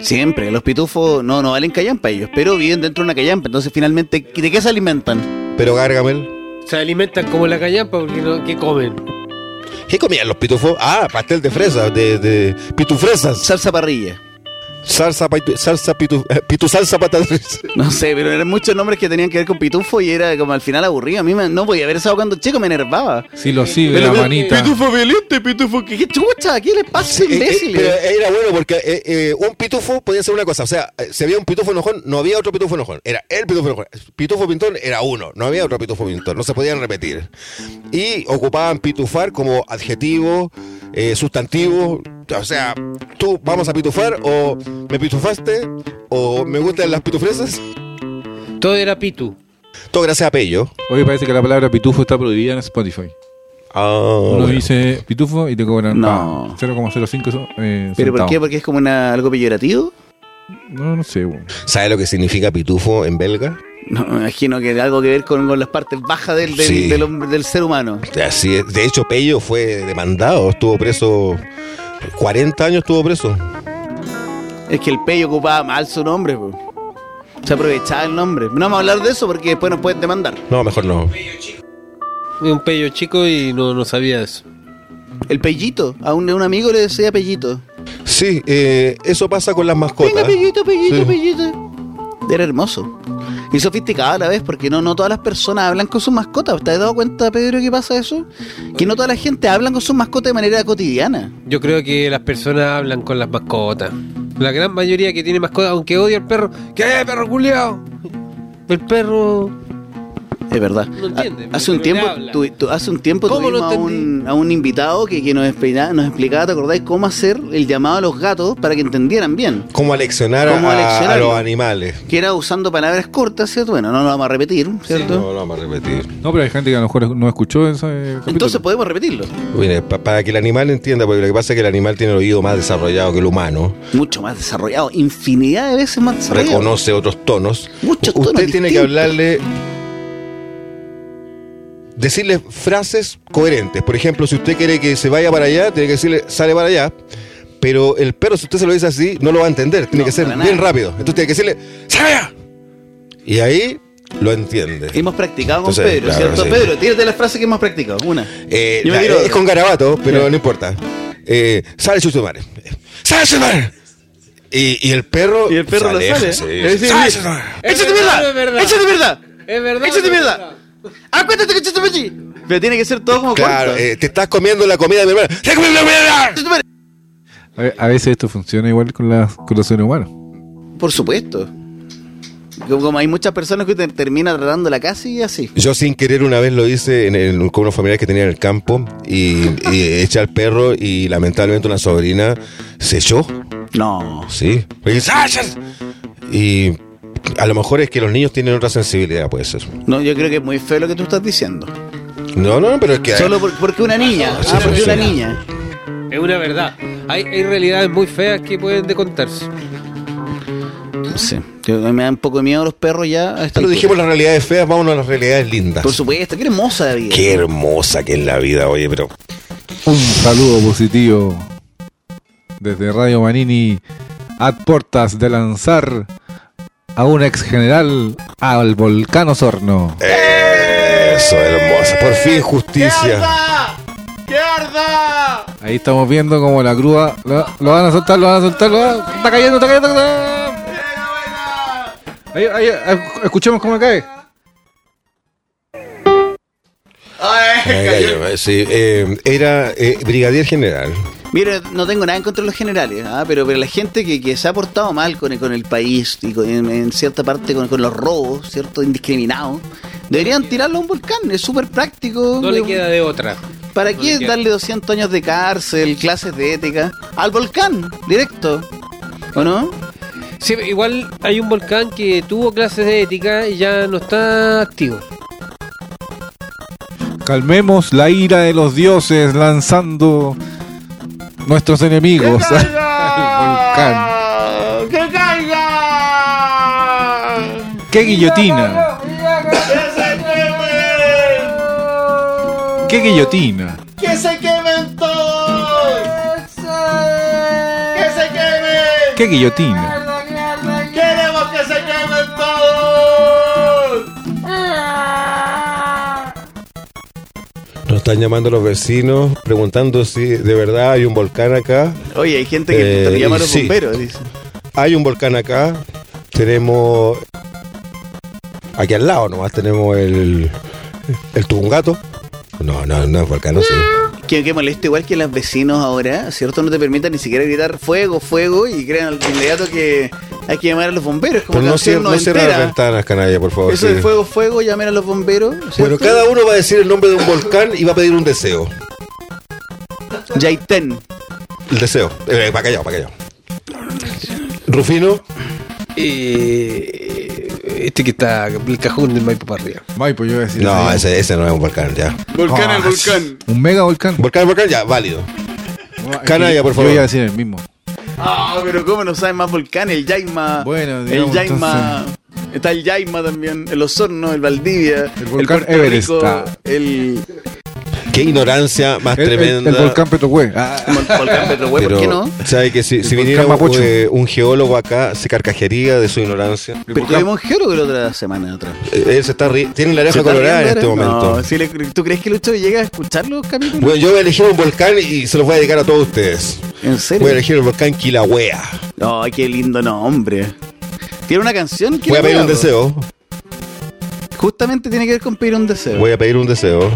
S1: Siempre, los pitufos no, no valen callan para ellos, pero viven dentro de una callampa, entonces finalmente, ¿de qué se alimentan?
S3: Pero Gargamel.
S4: Se alimentan como la callampa porque no, ¿qué comen?
S3: ¿Qué comían los pitufos? Ah, pastel de fresa, de, de pitufresas.
S1: Salsa parrilla.
S3: Salsa, pitu, salsa pitu, eh, pitu salsa patatas.
S1: No sé, pero eran muchos nombres que tenían que ver con pitufo y era como al final aburrido. A mí me- no podía haber estado cuando chico, me enervaba.
S2: Sí, lo sí, la
S1: Pero-
S2: manita.
S1: Pitufo violento, pitufo. ¿Qué, qué chucha? ¿Qué les [LAUGHS] pasa, imbéciles?
S3: Eh, pero era bueno porque eh, eh, un pitufo podía ser una cosa. O sea, eh, si había un pitufo enojón, no había otro pitufo enojón. Era el pitufo enojón. Pitufo pintón era uno, no había otro pitufo pintón. No se podían repetir. Y ocupaban pitufar como adjetivo, eh, sustantivo. O sea, tú vamos a pitufar o me pitufaste o me gustan las pitufresas.
S4: Todo era pitu.
S3: Todo gracias a Pello.
S2: Hoy parece que la palabra pitufo está prohibida en Spotify.
S3: Ah,
S2: Uno
S3: bueno.
S2: dice pitufo y te cobran
S1: Oh,
S2: ah,
S1: No.
S2: pa, 0,05 so- eh,
S1: ¿Pero por
S2: centavos.
S1: qué? ¿Porque es como una, algo peyorativo?
S2: No, no sé. weón.
S3: ¿Sabe lo que significa pitufo en belga?
S1: No, me imagino que algo que ver con, con las partes bajas del, del,
S3: Sí.
S1: del hombre, del ser humano.
S3: Así es. De hecho, Pello fue demandado, estuvo preso. 40 años estuvo preso.
S1: Es que el pello ocupaba mal su nombre, po. Se aprovechaba el nombre. No vamos a hablar de eso porque después nos pueden demandar.
S3: No, mejor no.
S4: Un pello chico y no, no sabía eso.
S1: El pellito. A un, a un amigo le decía pellito.
S3: Sí, eh, eso pasa con las mascotas.
S1: Venga, pellito, pellito,
S3: Sí.
S1: pellito. Era hermoso. Y sofisticado a la vez, porque no, no todas las personas hablan con sus mascotas. ¿Te has dado cuenta, Pedro, que pasa eso? Que no toda la gente habla con sus mascotas de manera cotidiana.
S4: Yo creo que las personas hablan con las mascotas. La gran mayoría que tiene mascotas, aunque odia al perro, ¿qué perro culiao? El perro
S1: Es verdad.
S4: No entiende,
S1: Ha- hace un
S4: pero le
S1: tiempo,
S4: habla.
S1: tu- tu- hace un tiempo
S4: ¿Cómo lo
S1: tuvimos a un, a un invitado que, que nos, explicaba, nos explicaba, ¿te acordáis? Cómo hacer el llamado a los gatos para que entendieran bien.
S3: Cómo aleccionar a,
S1: Cómo
S3: a
S1: aleccionarlo.
S3: los animales.
S1: Que era usando palabras cortas, ¿cierto? Bueno, no lo vamos a repetir, ¿cierto?
S3: No lo vamos a repetir.
S2: No, pero hay gente que a lo mejor no escuchó ese capítulo.
S1: Entonces podemos repetirlo.
S3: Mira, pa- para que el animal entienda, porque lo que pasa es que el animal tiene el oído más desarrollado que el humano,
S1: Mucho más desarrollado, infinidad de veces más desarrollado.
S3: reconoce otros tonos.
S1: Muchos
S3: Usted
S1: tonos
S3: tiene que
S1: distintos.
S3: hablarle. Decirle frases coherentes. Por ejemplo, si usted quiere que se vaya para allá, tiene que decirle sale para allá. Pero el perro, si usted se lo dice así, no lo va a entender. Tiene
S1: No,
S3: que ser
S1: para
S3: bien
S1: nada.
S3: rápido. Entonces tiene que decirle ¡Sale allá! Y ahí lo entiende.
S1: Hemos practicado con
S3: Entonces,
S1: Pedro,
S3: claro,
S1: ¿cierto?
S3: sí.
S1: Pedro, tírate las frases que hemos practicado. Una.
S3: Eh,
S1: Yo me
S3: la-
S1: tiro
S3: es
S1: otra.
S3: con garabato, pero no importa. Eh, sale Chuchumare. ¡Sale Chuchumare! Y, y el perro.
S1: Y el perro
S3: se
S1: lo
S3: aleja,
S1: sale.
S3: sí.
S1: Es decir,
S3: ¡Sale
S1: es-
S3: Chuchumare!
S1: ¡Échate
S4: verdad,
S1: mierda!
S4: es verdad.
S1: ¡Échate mierda!
S4: Es verdad.
S1: ¡Échate
S4: es
S1: mierda! ¡Ah,
S4: verdad.
S1: ¡Acuérdate que échate mechi! Pero tiene que ser todo como
S3: Claro,
S1: corto.
S3: eh, te estás comiendo la comida de mi hermana. ¡Te comiendo la comida de mi hermana!
S1: Chuchumare.
S2: A ve- A veces esto funciona igual con, las con los seres humanos.
S1: Por supuesto. Como como hay muchas personas que te termina tratándola casi así.
S3: Yo sin querer una vez lo hice en el, con unos familiares que tenía en el campo y, y eché al perro y lamentablemente una sobrina se echó,
S1: No.
S3: sí. Y, "Ah, y a lo mejor es que los niños tienen otra sensibilidad, puede ser.
S1: No, yo creo que es muy feo lo que tú estás diciendo.
S3: No, no, pero es que...
S1: Solo por- porque una niña.
S3: Sí,
S1: Ah, porque
S3: sí.
S1: una niña.
S4: Es una verdad. Hay, hay realidades muy feas que pueden descontarse.
S1: No sé. Yo- Me dan un poco de miedo los perros ya. a esta
S3: Pero
S1: altura.
S3: dijimos las realidades feas, vámonos a las realidades lindas.
S1: Por supuesto, qué hermosa la vida.
S3: Qué hermosa que es la vida, oye, pero...
S2: Un saludo positivo desde Radio Manini a puertas de lanzar a un ex general al volcán Osorno.
S3: Eso, hermosa. Por fin justicia.
S2: Ahí estamos viendo como la grúa lo, lo van a soltar, lo van a soltar, lo van a- está cayendo, está cayendo. Está cayendo. Ahí, ahí, escu- escuchemos cómo cae.
S3: Ay, ay, ay, sí, eh, era eh, brigadier general.
S1: Mira, no tengo nada en contra de los generales, ah, pero, pero la gente que, que se ha portado mal con el, con el país y con- en, en cierta parte con, con los robos, ¿cierto? Indiscriminados, deberían tirarlo a un volcán, es súper práctico.
S4: No le
S1: Eh,
S4: queda de otra.
S1: ¿Para
S4: no
S1: qué
S4: le queda.
S1: darle 200 años de cárcel, clases de ética? Al volcán, directo. ¿O no?
S4: Sí, igual hay un volcán que tuvo clases de ética y ya no está activo.
S2: Calmemos la ira de los dioses lanzando nuestros enemigos al [LAUGHS] volcán.
S5: ¡Que caiga!
S2: ¡Qué guillotina! ¡Qué guillotina!
S5: ¡Que se quemen todos! ¡Que se quemen!
S2: ¡Qué guillotina!
S5: ¡Queremos que se quemen todos!
S3: Nos están llamando los vecinos preguntando si de verdad hay un volcán acá.
S1: Oye, hay gente que
S3: Eh,
S1: te llama a los
S3: sí.
S1: bomberos, dice.
S3: Hay un volcán acá. Tenemos. Aquí al lado nomás tenemos el. El Tungato. No, no, no es volcán, no sé.
S1: Que, que molesta igual que los vecinos ahora, ¿cierto? No te permiten ni siquiera gritar fuego, fuego y crean al inmediato que hay que llamar a los bomberos. Como
S3: Pero no,
S1: canción
S3: cierra, no cierra las
S1: noventera.
S3: ventanas, canalla, por favor.
S1: Eso
S3: sí.
S1: de fuego, fuego, llamar a los bomberos.
S3: Bueno,
S1: ¿cierto?
S3: cada uno va a decir el nombre de un volcán y va a pedir un deseo.
S1: Yaitén.
S3: El deseo. Eh, para callado, para callado. Rufino.
S4: este que está el cajón del Maipo para arriba.
S2: Ay, pues yo iba a decir.
S3: No,
S2: así.
S3: ese, ese no es un volcán, ya.
S2: Ah, Un mega volcán.
S3: Volcán, volcán, ya, válido. Canalla, por
S2: Yo
S3: favor.
S2: iba a decir el mismo.
S1: Ah, pero cómo no saben más volcán, el Yaima.
S2: Bueno,
S1: el
S2: digamos,
S1: Yaima. Está el Yaima también, el Osorno, el Valdivia, el
S2: volcán
S1: Puerto
S2: Everest
S1: Rico,
S2: está.
S1: el,
S3: Qué ignorancia más
S2: El, el-
S3: Ah, tremenda.
S2: el volcán Petrohue. Ah,
S1: el volcán Petrohue, ¿por
S3: Pero,
S1: qué no?
S3: ¿Sabe que si, si
S2: volcán
S3: viniera un,
S2: Mapocho.
S3: eh, un geólogo acá, se carcajería de su ignorancia?
S1: Pero tuvimos un geólogo la otra semana atrás.
S3: Eh, Él se está ri- Tiene la oreja
S1: ¿Se está
S3: colorada en
S1: riendo ¿eh?
S3: este
S1: ahora?
S3: momento.
S1: No, si le- ¿Tú crees que Lucho llega a escuchar los capítulos?
S3: Bueno, yo voy a elegir un volcán y se los voy a dedicar a todos ustedes.
S1: ¿En serio?
S3: Voy a elegir el volcán Kilauea.
S1: Ay, qué lindo nombre. Tiene una canción que
S3: Voy a
S1: le
S3: pedir un
S1: hago.
S3: deseo.
S1: Justamente tiene que ver con pedir un deseo.
S3: Voy a pedir un deseo.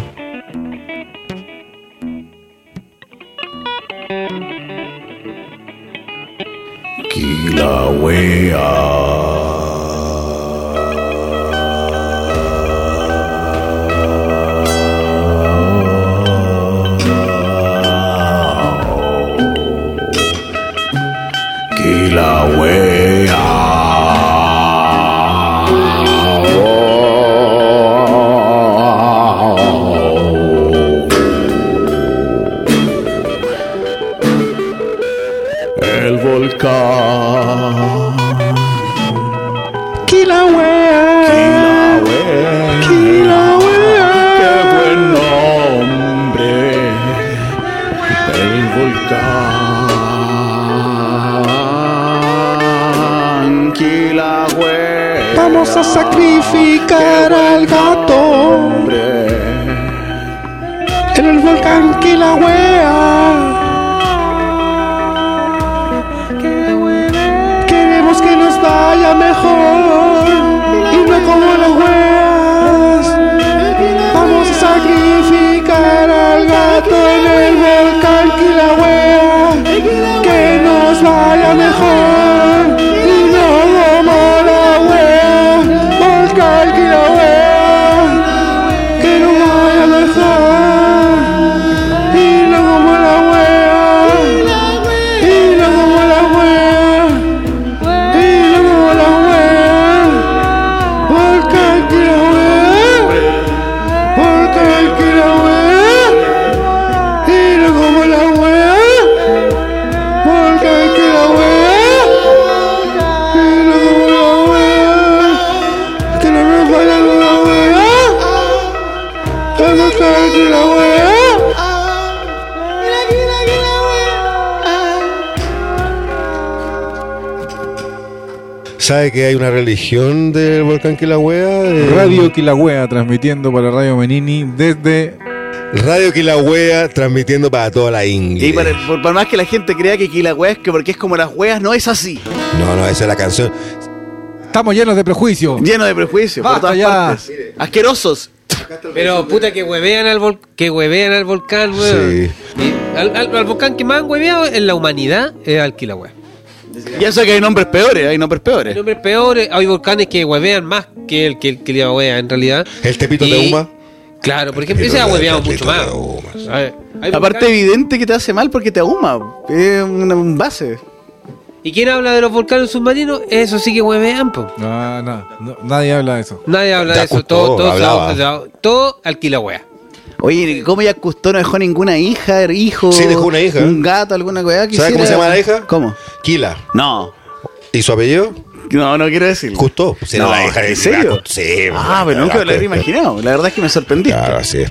S5: Kilauea. Oh. Tranquila, güey.
S2: Vamos a sacrificar al gato en el volcán Kilauea. Queremos que nos vaya mejor y no como las weas. Vamos a sacrificar al gato en el volcán Kilauea. Que nos vaya mejor y no como la wea. Volcán Kilauea. Que nos vaya mejor y no como la wea. Y no como la wea. Y no como la wea. Volcán Kilauea. Volcán Kilauea. Y no como la wea. Volcán Kilauea. Y no como la wea. Que no me vaya con la wea. El volcán Kilauea.
S3: ¿Sabe que hay una religión del volcán Kilauea? Eh,
S2: Radio Kilauea transmitiendo para Radio Menini desde
S3: Radio Kilauea transmitiendo para toda la India.
S1: Y para, por, por más que la gente crea que aquí la wea es que porque es como las weas, no es así.
S3: No, no, esa es la canción.
S2: Estamos llenos de prejuicios.
S1: Lleno de prejuicios por
S2: Basta
S1: todas
S2: ya.
S1: partes. Asquerosos.
S4: Pero puta que huevean al, vol- que huevean al volcán, weón. Y Al, al- al volcán que más han hueveado en la humanidad es al Kilauea.
S1: Y eso que hay nombres peores, hay nombres
S4: Hay
S1: peores.
S4: nombres peores, eh, hay volcanes que huevean más que el que el Kilauea en realidad.
S3: El Tepito de Uma.
S4: Claro, por ejemplo,
S3: El
S4: ese ha
S3: Tepito de-
S4: hueveado
S3: el
S4: mucho
S3: Tepito
S4: más.
S3: de Uma, sí.
S4: A ver, hay
S1: Aparte,
S4: volcanes-
S1: evidente que te hace mal porque te ahuma. Es una- un base.
S4: ¿Y quién habla de los volcanes submarinos? Eso sí que huevean, po.
S2: No, no, no, nadie habla de eso.
S4: Nadie habla
S3: Ya
S4: de eso.
S3: Cousteau
S4: Todo, todo,
S3: hablaba.
S4: todo, todo al Kilauea.
S1: Oye, ¿cómo ya Custó no dejó ninguna hija, hijo?
S3: Sí, dejó una hija.
S1: Un gato, alguna weá.
S3: ¿Sabe cómo se llama la hija?
S1: ¿Cómo?
S3: Kila.
S1: No.
S3: ¿Y su apellido?
S1: No, no quiero decirlo.
S3: Custó. Si era
S1: No,
S3: la hija de
S1: ¿en serio?
S3: Custó. Sí,
S1: Ah, pero
S3: bueno,
S1: nunca
S3: claro,
S1: lo habría
S3: claro.
S1: imaginado. La verdad es que me sorprendiste.
S3: Claro, así es.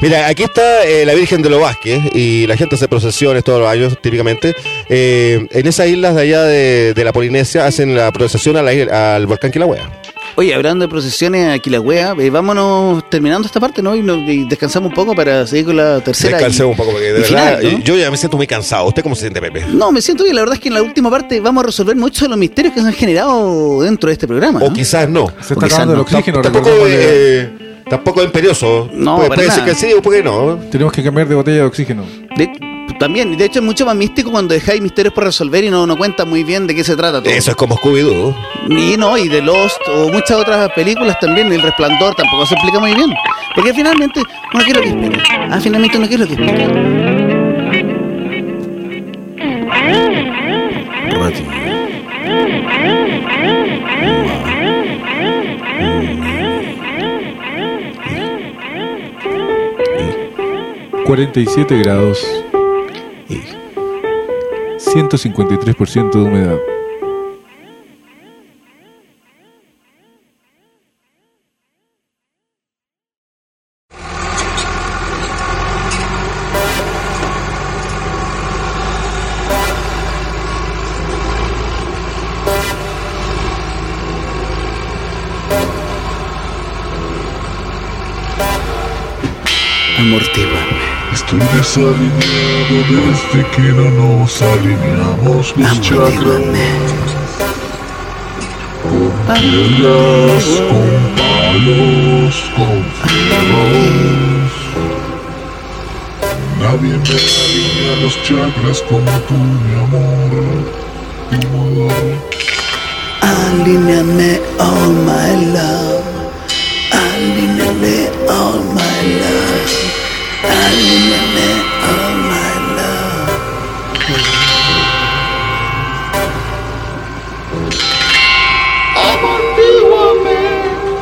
S3: Mira, aquí está eh, la Virgen de los Vázquez y la gente hace procesiones todos los años, típicamente. Eh, en esas islas de allá de, de la Polinesia hacen la procesión a la isla- al volcán Kilauea.
S1: Oye, hablando de procesiones aquí la wea, eh, vámonos terminando esta parte, ¿no? Y, nos- y descansamos un poco para seguir con la tercera. y-
S3: Descansemos un poco, porque de
S1: y
S3: verdad,
S1: final, ¿no?
S3: yo ya me siento muy cansado. ¿Usted cómo se siente, Pepe?
S1: No, me siento bien. La verdad es que en la última parte vamos a resolver muchos de los misterios que se han generado dentro de este programa.
S3: O
S1: ¿no?
S3: quizás no.
S2: Se
S1: Porque
S2: está acabando el
S1: no-
S2: oxígeno,
S3: tampoco,
S2: recordemos que
S3: eh, tampoco es imperioso.
S1: No,
S3: puede
S1: para
S3: puede ser
S1: nada.
S3: que sí o puede que no.
S2: tenemos que cambiar de botella de oxígeno.
S1: De- también, de hecho, es mucho más místico cuando dejáis misterios por resolver y no, no cuentas muy bien de qué se trata todo.
S3: Eso es como Scooby-Doo.
S1: Y no, y de Lost o muchas otras películas también, El Resplandor tampoco se explica muy bien. Porque finalmente, uno quiere lo que espera. Ah, finalmente uno quiere lo que espera.
S2: Mm. 47 grados. 153% de humedad.
S1: Amortigua.
S7: Estoy desalineado desde que no nos alineamos los chakras. Con piedras, con palos, con fierros. Nadie me alinea los chakras como tú, mi amor. Tu modo.
S1: Alíneame, all my love. Alíneame, all my love. Alíneame, all my love.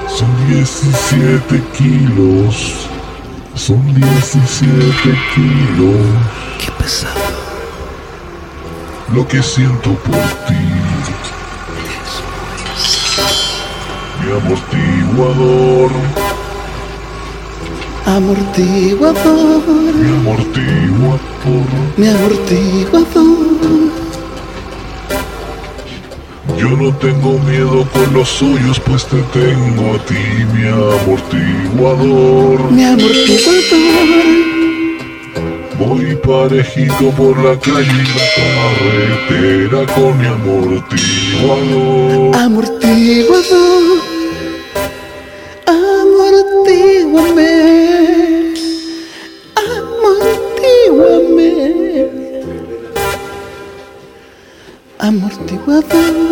S7: Son 17 kilos. Son 17 kilos.
S1: Qué pesado.
S7: lo que siento por ti. Mi amortiguador,
S1: Amortiguador,
S7: mi amortiguador.
S1: mi amortiguador.
S7: Yo no tengo miedo con los suyos, pues te tengo a ti, mi amortiguador.
S1: Mi amortiguador,
S7: Voy parejito por la calle y la carretera con mi amortiguador.
S1: amortiguador, amortiguame, amortiguame, amortiguador.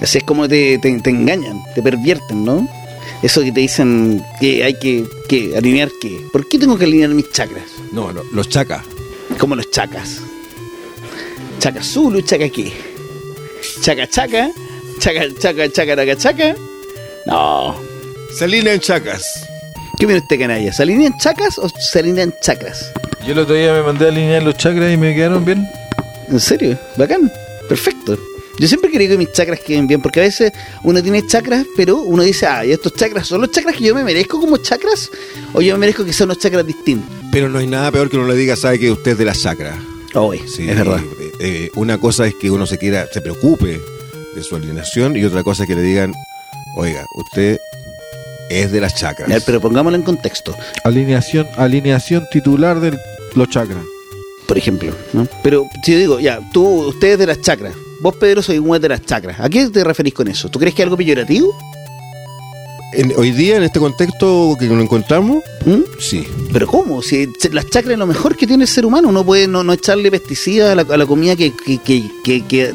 S1: Así es como te, te- te engañan, te pervierten, ¿no? Eso que te dicen que hay que, que alinear qué. ¿Por qué tengo que alinear mis chakras?
S3: No, lo- los chacas.
S1: Como los chacas. Chaca Zulu, chaca qué. Chaca chaca, chaca chaca, chaca chaca, chaca. No.
S3: Se alinean chacas.
S1: ¿Qué viene usted, canalla? ¿Se alinean chacas o se alinean chakras?
S2: Yo el otro día me mandé a alinear los chakras y me quedaron bien.
S1: ¿En serio? Bacán. Perfecto. Yo siempre quería que mis chakras queden bien, porque a veces uno tiene chakras, pero uno dice, ah, ¿y estos chakras son los chakras que yo me merezco como chakras? ¿O yo me merezco que son los chakras distintos?
S3: Pero no hay nada peor que uno le diga, sabe que usted es de la chacra.
S1: Hoy,
S3: Sí,
S1: es verdad.
S3: eh, eh, una cosa es que uno se quiera, se preocupe de su alineación y otra cosa es que le digan, oiga, usted es de las chacras.
S1: A ver, pero pongámoslo en contexto,
S2: Alineación, alineación titular de los chakras.
S1: por ejemplo. ¿no? Pero si yo digo, ya, tú, ustedes de las chakras, vos, Pedro, soy un güey de las chakras. ¿A qué te referís con eso? ¿Tú crees que es algo peyorativo?
S3: En- hoy día, en este contexto que nos encontramos,
S1: ¿Mm?
S3: sí.
S1: Pero ¿cómo? Si ch- las chacras es lo mejor que tiene el ser humano, uno puede no, no echarle pesticidas a la, a la comida que, que, que- que- que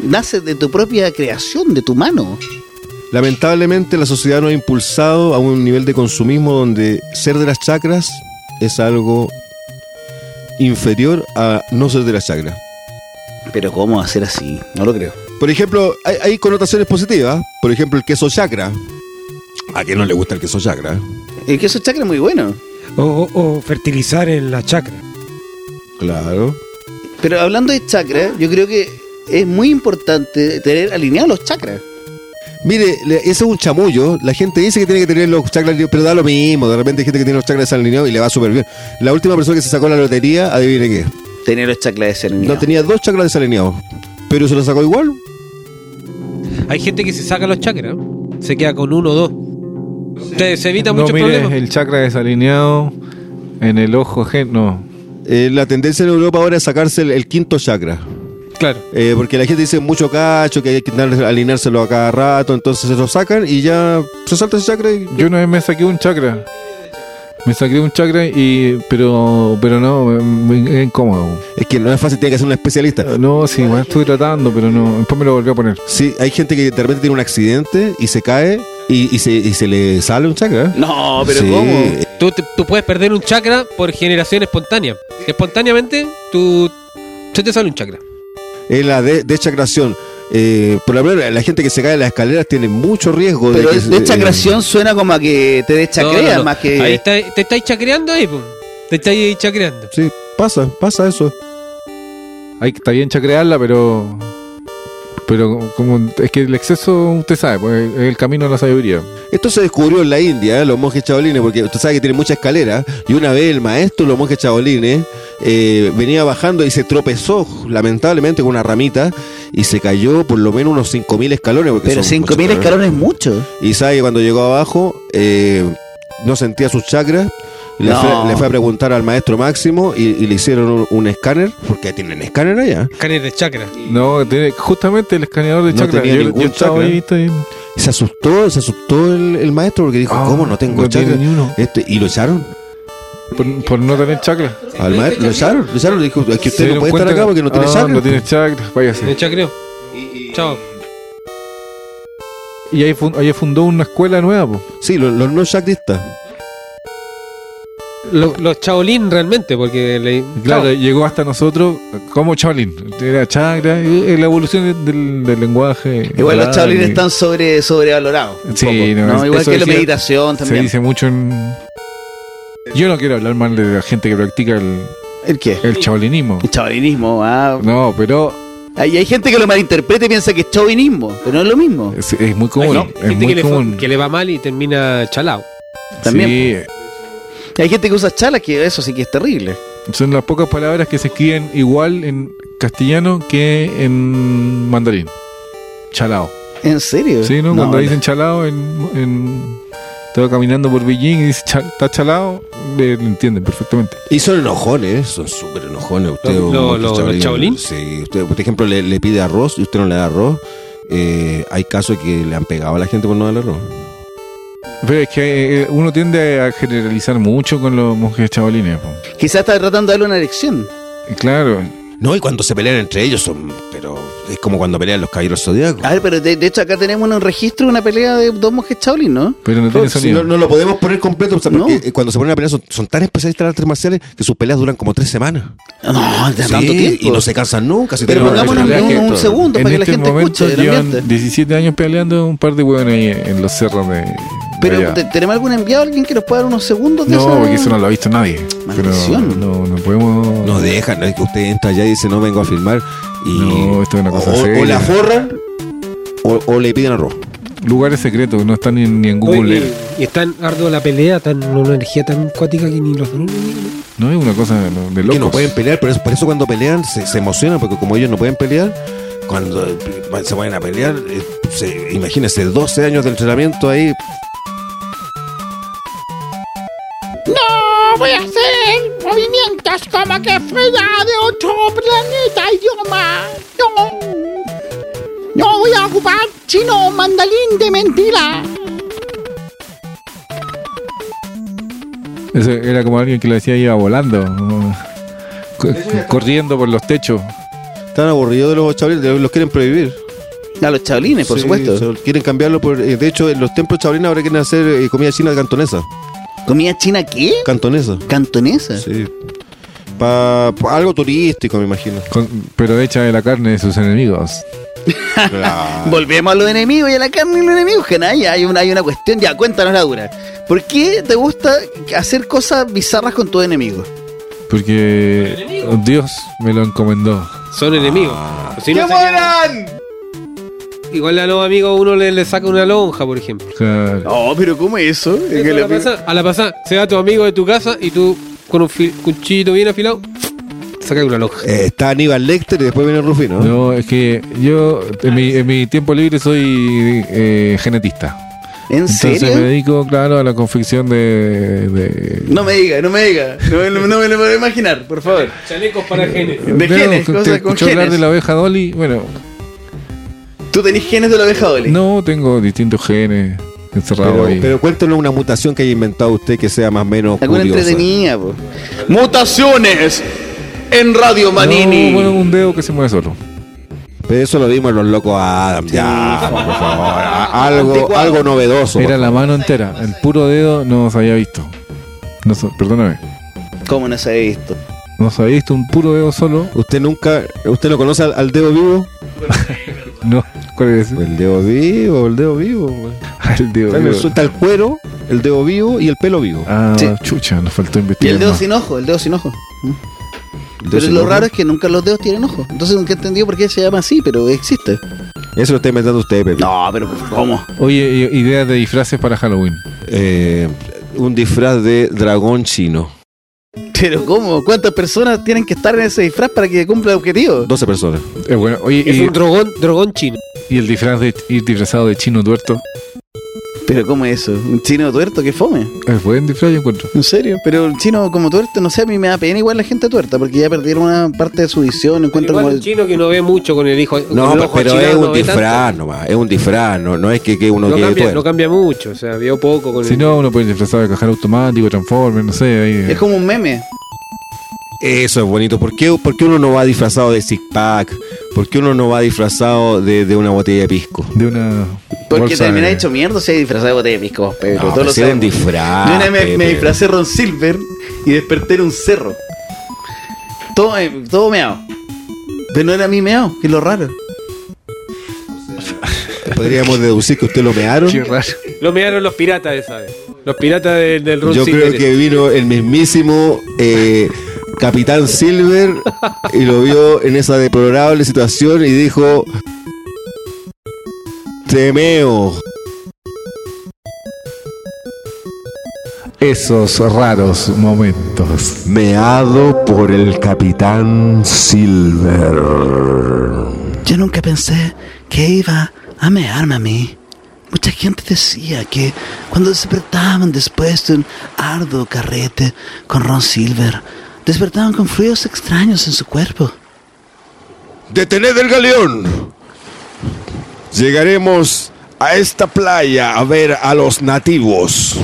S1: nace de tu propia creación, de tu mano.
S3: Lamentablemente la sociedad nos ha impulsado a un nivel de consumismo donde ser de las chacras es algo inferior a no ser de las chacras.
S1: Pero ¿cómo hacer así? No lo creo.
S3: Por ejemplo, hay, hay connotaciones positivas. Por ejemplo, el queso chacra. ¿A quién no le gusta el queso chacra?
S1: El queso chacra es muy bueno.
S8: O, o- o fertilizar en la chacra.
S3: Claro.
S1: Pero hablando de chakra, yo creo que es muy importante tener alineados los chakras.
S3: Mire, le- ese es un chamullo. La gente dice que tiene que tener los chakras alineados, pero da lo mismo. De repente hay gente que tiene los chakras alineados y le va súper bien. La última persona que se sacó la lotería, adivine qué.
S1: Tener los chakras de ser
S3: No tenía dos chakras desalineados, pero se los sacó igual.
S4: Hay gente que se saca los chakras, se queda con uno o dos. Te, se evita
S2: No
S4: muchos
S2: mires
S4: problemas.
S2: el chakra desalineado en el ojo ajeno.
S3: Eh, la tendencia en Europa ahora es sacarse el, el quinto chakra.
S4: Claro.
S3: Eh, porque la gente dice mucho cacho, que hay que dar- alineárselo a cada rato, entonces se lo sacan y ya se salta ese chakra y
S2: Yo una vez me saqué un chakra. Me saqué un chakra y. Pero pero no, me- es incómodo.
S3: Es que no es fácil, tiene que ser un especialista.
S2: No, sí, bueno, estuve tratando, pero no. Después me lo volví a poner.
S3: Sí, hay gente que de repente tiene un accidente y se cae y, y se, y se le sale un chakra.
S1: No, pero
S3: Sí.
S1: ¿cómo?
S4: Tú, te- tú puedes perder un chakra por generación espontánea. Espontáneamente, tú. Se te sale un chakra.
S3: Es la de, deschacración. Eh, por lo menos la gente que se cae de las escaleras tiene mucho riesgo
S1: Pero
S3: de que se- eh,
S1: de chacración suena como a que te deschacreas
S4: No, no, no.
S1: más que...
S4: Ahí está- te estáis chacreando ahí, po. Te estáis chacreando.
S3: eh, sí, pasa, pasa eso.
S2: Hay, está bien chacrearla, pero. Pero como es que el exceso, usted sabe, pues, es el camino a la sabiduría.
S3: Esto se descubrió en la India, ¿eh? los monjes chabolines, porque usted sabe que tiene muchas escaleras. Y una vez el maestro, de los monjes chabolines, eh, venía bajando y se tropezó, lamentablemente, con una ramita y se cayó por lo menos unos 5.000 escalones. Porque
S1: Pero
S3: son
S1: 5.000
S3: muchos
S1: escalones es mucho.
S3: Y sabe que cuando llegó abajo, eh, no sentía sus chakras. Le,
S1: No.
S3: fue, le fue a preguntar al maestro Máximo y, y le hicieron un, un escáner, porque tienen escáner allá.
S4: Escáner de chakra.
S2: No, tiene justamente el escaneador de
S3: No
S2: chakra.
S3: tenía
S2: Yo,
S3: ningún
S2: yo estaba
S3: chakra.
S2: ahí, está ahí.
S3: Y se asustó, se asustó el, el maestro porque dijo,
S2: Ah,
S3: ¿cómo no tengo
S2: no tiene
S3: chakras?
S2: ni uno.
S3: Este, y lo echaron.
S2: Por, por no tener chakra.
S3: Al maestro, lo echaron, lo echaron, le dijo, es que
S2: pues, Se
S3: usted no
S2: dieron
S3: puede estar
S2: cuenta
S3: acá
S2: que-
S3: porque no tiene
S2: ah,
S3: chakra.
S2: No tiene chakra, váyase.
S4: De chacreo. Chao.
S2: Y ahí, fun- ahí fundó una escuela nueva, po.
S3: Sí, los, los no chakristas.
S4: Los, los chaolín realmente, porque le.
S2: Claro,
S4: chao.
S2: llegó hasta nosotros como Cholin. Era chakra, y- y la evolución de- del, del lenguaje.
S1: Igual los
S2: oral,
S1: chablines
S2: y-
S1: están sobre, sobrevalorados. un
S2: Sí,
S1: poco,
S2: no,
S1: ¿no?
S2: es-
S1: Igual
S2: eso
S1: que la
S2: decía-
S1: meditación
S2: Se
S1: también.
S2: dice mucho en. Yo no quiero hablar mal de la gente que practica el,
S1: ¿El qué?
S2: el chaolinismo.
S1: El chauvinismo. Ah.
S2: No, pero
S1: Hay, hay gente que lo malinterpreta y piensa que es chauvinismo, pero no es lo mismo.
S2: es, es muy
S4: Hay
S2: común.
S4: gente
S2: es
S4: que,
S2: muy
S4: le, fue-
S2: común.
S4: que le va mal y termina chalado.
S1: También.
S2: Sí,
S1: Hay gente que usa chalas, que eso sí que es terrible.
S2: son las pocas palabras que se escriben igual en castellano que en mandarín. Chalao.
S1: ¿En serio?
S2: Sí, ¿no? Cuando
S1: no.
S2: dicen chalao en, en- Estaba caminando por Beijing y dice, "Cha- está chalao, le- lo entienden perfectamente.
S3: Y son enojones, son súper enojones. Usted,
S4: ¿Lo-
S3: un
S4: lo-
S3: monje
S4: lo- los
S3: chabolín,
S4: chabolín?
S3: Sí, usted, por ejemplo, le, le pide arroz y usted no le da arroz. Eh, hay casos que le han pegado a la gente por no darle arroz.
S2: Pero es que eh, uno tiende a generalizar mucho con los monjes chabolines. po.
S1: Quizás está tratando de darle una erección.
S2: Y Claro,
S3: No, y cuando se pelean entre ellos son. Pero es como cuando pelean los caballeros zodiacos.
S1: A ver, pero de, de hecho acá tenemos un registro de una pelea de dos monjes chaolin, ¿no?
S2: pero no tiene
S3: Si
S2: sonido.
S3: no, no lo podemos poner completo, o sea, porque,
S1: No.
S3: eh, cuando se ponen a pelear son, son tan especialistas en artes marciales que sus peleas duran como tres semanas.
S1: No, de tanto
S3: Sí,
S1: tiempo.
S3: Y no se cansan nunca. si
S1: Pero
S3: tienen
S1: pongámonos
S3: una
S1: un,
S3: pelea
S1: un
S3: que-
S1: segundo para que la gente escuche el
S2: este llevan
S1: ambiente.
S2: 17 años peleando un par de hueones ahí en los cerros de. de
S1: Pero
S2: allá.
S1: ¿te- ¿tenemos algún enviado, alguien que nos pueda dar unos segundos de
S2: No,
S1: esa-
S2: porque eso no lo ha visto nadie. Pero
S1: Maldición.
S2: no, no podemos.
S3: No dejan, no es que usted entra allá y dice no vengo a filmar. Y
S2: No, esto es una cosa
S3: o, o
S2: seria.
S3: la forran o, o le piden arroz.
S2: Lugares secretos, no están ni, ni en Google.
S4: Oye, y, y es tan ardua la pelea, tan una energía tan cuática que ni los ni- ni-
S2: No es una cosa de, de
S3: Que no
S2: locos.
S3: pueden pelear, pero es- por eso cuando pelean se, se emocionan, porque como ellos no pueden pelear, cuando eh, se vayan a pelear, eh, se- imagínense 12 años de entrenamiento ahí.
S9: No voy a hacer movimientos como que fuera de otro planeta idioma. No. No voy a ocupar chino mandalín de mentira.
S2: Eso era como alguien que lo decía iba volando. como- co- Corriendo por los techos.
S3: Están aburridos de los chablines, los quieren prohibir.
S1: A los chaolines, por
S3: Sí,
S1: supuesto.
S3: se- quieren cambiarlo por. eh, de hecho, en los templos chablines ahora quieren hacer eh, comida china cantonesa.
S1: ¿Comida china qué?
S3: Cantonesa.
S1: ¿Cantonesa?
S3: Sí. Pa- pa- algo turístico, me imagino.
S2: con- pero hecha de la carne de sus enemigos.
S1: Volvemos a los enemigos y a la carne de los enemigos, que nada, ya hay una, hay una cuestión. Ya, cuéntanos la dura. ¿Por qué te gusta hacer cosas bizarras con tus enemigos?
S2: Porque Dios me lo encomendó.
S4: Son enemigos. Si no
S10: ¡Que
S4: se-
S10: mueran!
S4: igual a los amigos uno le, le saca una lonja, por ejemplo.
S2: Claro.
S1: No, pero ¿cómo es eso? Es que
S4: a, la
S1: la-
S4: pasada, a la pasada, se va tu amigo de tu casa y tú con un fil- cuchillito bien afilado, sacas una lonja.
S3: Eh, está Aníbal Lecter y después viene Rufino. ¿no?
S2: No, es que yo en mi, en mi tiempo libre soy eh, genetista.
S1: ¿En
S2: Entonces
S1: serio?
S2: me dedico, claro, a la confección de... de-
S1: No me diga, no me diga. No, me- no me lo puedo imaginar, por favor.
S4: Chalecos para genes.
S1: De
S2: Claro,
S1: genes,
S2: te
S1: cosas con
S2: escucho hablar
S1: genes.
S2: de la oveja Dolly. Bueno,
S1: ¿Tú tenés genes de la oveja Dolly?
S2: no, tengo distintos genes encerrados
S3: Pero,
S2: ahí.
S3: pero cuéntenos una mutación que haya inventado usted que sea más o menos
S1: Alguna
S3: curiosa.
S1: entretenida, po.
S10: Mutaciones en Radio
S2: No,
S10: Manini.
S2: bueno, un dedo que se mueve solo.
S3: Pero eso lo vimos en los locos Adam. Ya, por favor. a- Algo,
S1: Anticuado.
S3: algo novedoso.
S2: Era la mano entera, el puro dedo no se había visto. No, se- perdóname,
S1: ¿Cómo no se había visto?
S2: no se había visto un puro dedo solo.
S3: ¿Usted nunca, usted lo conoce al, al dedo vivo?
S2: No, ¿cuál es [LAUGHS] ese?
S3: El dedo vivo, el dedo vivo. güey.
S2: El dedo.
S3: Está, en el
S2: vivo.
S3: suelo, está el cuero, el dedo vivo y el pelo vivo.
S2: Ah,
S1: Sí.
S2: chucha, nos
S1: Y
S2: faltó
S1: el
S2: investigar.
S1: dedo
S2: más.
S1: sin ojo, el dedo sin ojo. Pero
S3: Entonces,
S1: lo
S3: ¿no?
S1: raro es que nunca los dedos tienen ojo. Entonces nunca he entendido por qué se llama así, pero existe.
S3: Eso lo está inventando usted, Pepe.
S1: No, pero ¿cómo?
S2: Oye, i- ideas de disfraces para Halloween.
S3: Eh, un disfraz de dragón chino.
S1: ¿Pero cómo? ¿Cuántas personas tienen que estar en ese disfraz para que cumpla el objetivo?
S3: 12 personas.
S2: Eh, bueno, oye,
S4: Es
S2: y,
S4: un dragón, dragón chino.
S2: y el disfraz de ir disfrazado de chino tuerto.
S1: ¿Pero cómo es eso? ¿Un chino tuerto que fome?
S2: Es buen disfraz, yo encuentro.
S1: ¿En serio? Pero un chino como tuerto, no sé, a mí me da pena igual la gente tuerta, porque ya perdieron una parte de su visión, encuentran
S4: Igual
S1: como
S4: el
S1: el...
S4: chino que no ve mucho con el hijo. con
S3: No,
S4: el
S3: pero,
S4: ojo achicado,
S3: es
S4: no
S3: un
S4: ve
S3: disfraz nomás. Es un disfraz, no, no es que, que uno
S4: tanto. No
S3: quede
S4: cambia,
S3: tuerto.
S4: no cambia mucho, o sea, vio poco con
S2: Si
S4: el.
S2: no, uno puede disfrazar de cajero automático, transformer, no sé. ahí, eh.
S1: Es como un meme.
S3: Eso es bonito. ¿Por qué, por qué uno no va disfrazado de six pack? ¿Por qué uno no va disfrazado de, de una botella de pisco?
S2: De una.
S1: Porque
S2: bolsa
S1: termina
S2: de-
S1: hecho mierda si hay disfrazado de botella de pisco, Pedro.
S3: No,
S1: todos
S3: pero
S1: lo
S3: si era un
S1: sabemos.
S3: disfraz.
S1: Yo una vez me, me
S3: Ah, Pepe.
S1: disfracé Ron Silver y desperté en un cerro. Todo, eh, todo meado. Pero no era mi meado, que es lo raro.
S3: Podríamos deducir que usted lo mearon.
S2: Qué raro.
S4: Lo miraron los piratas esa vez. Los piratas del, del Ron
S3: Yo creo
S4: Silver.
S3: que vino el mismísimo eh, Capitán Silver y lo vio en esa deplorable situación y dijo: Temeo.
S2: Esos raros momentos.
S3: Meado por el Capitán Silver.
S1: Yo nunca pensé que iba a mearme a mí. Mucha gente decía que cuando despertaban después de un arduo carrete con Ron Silver, despertaban con fluidos extraños en su cuerpo.
S3: Detened el galeón. Llegaremos a esta playa a ver a los nativos.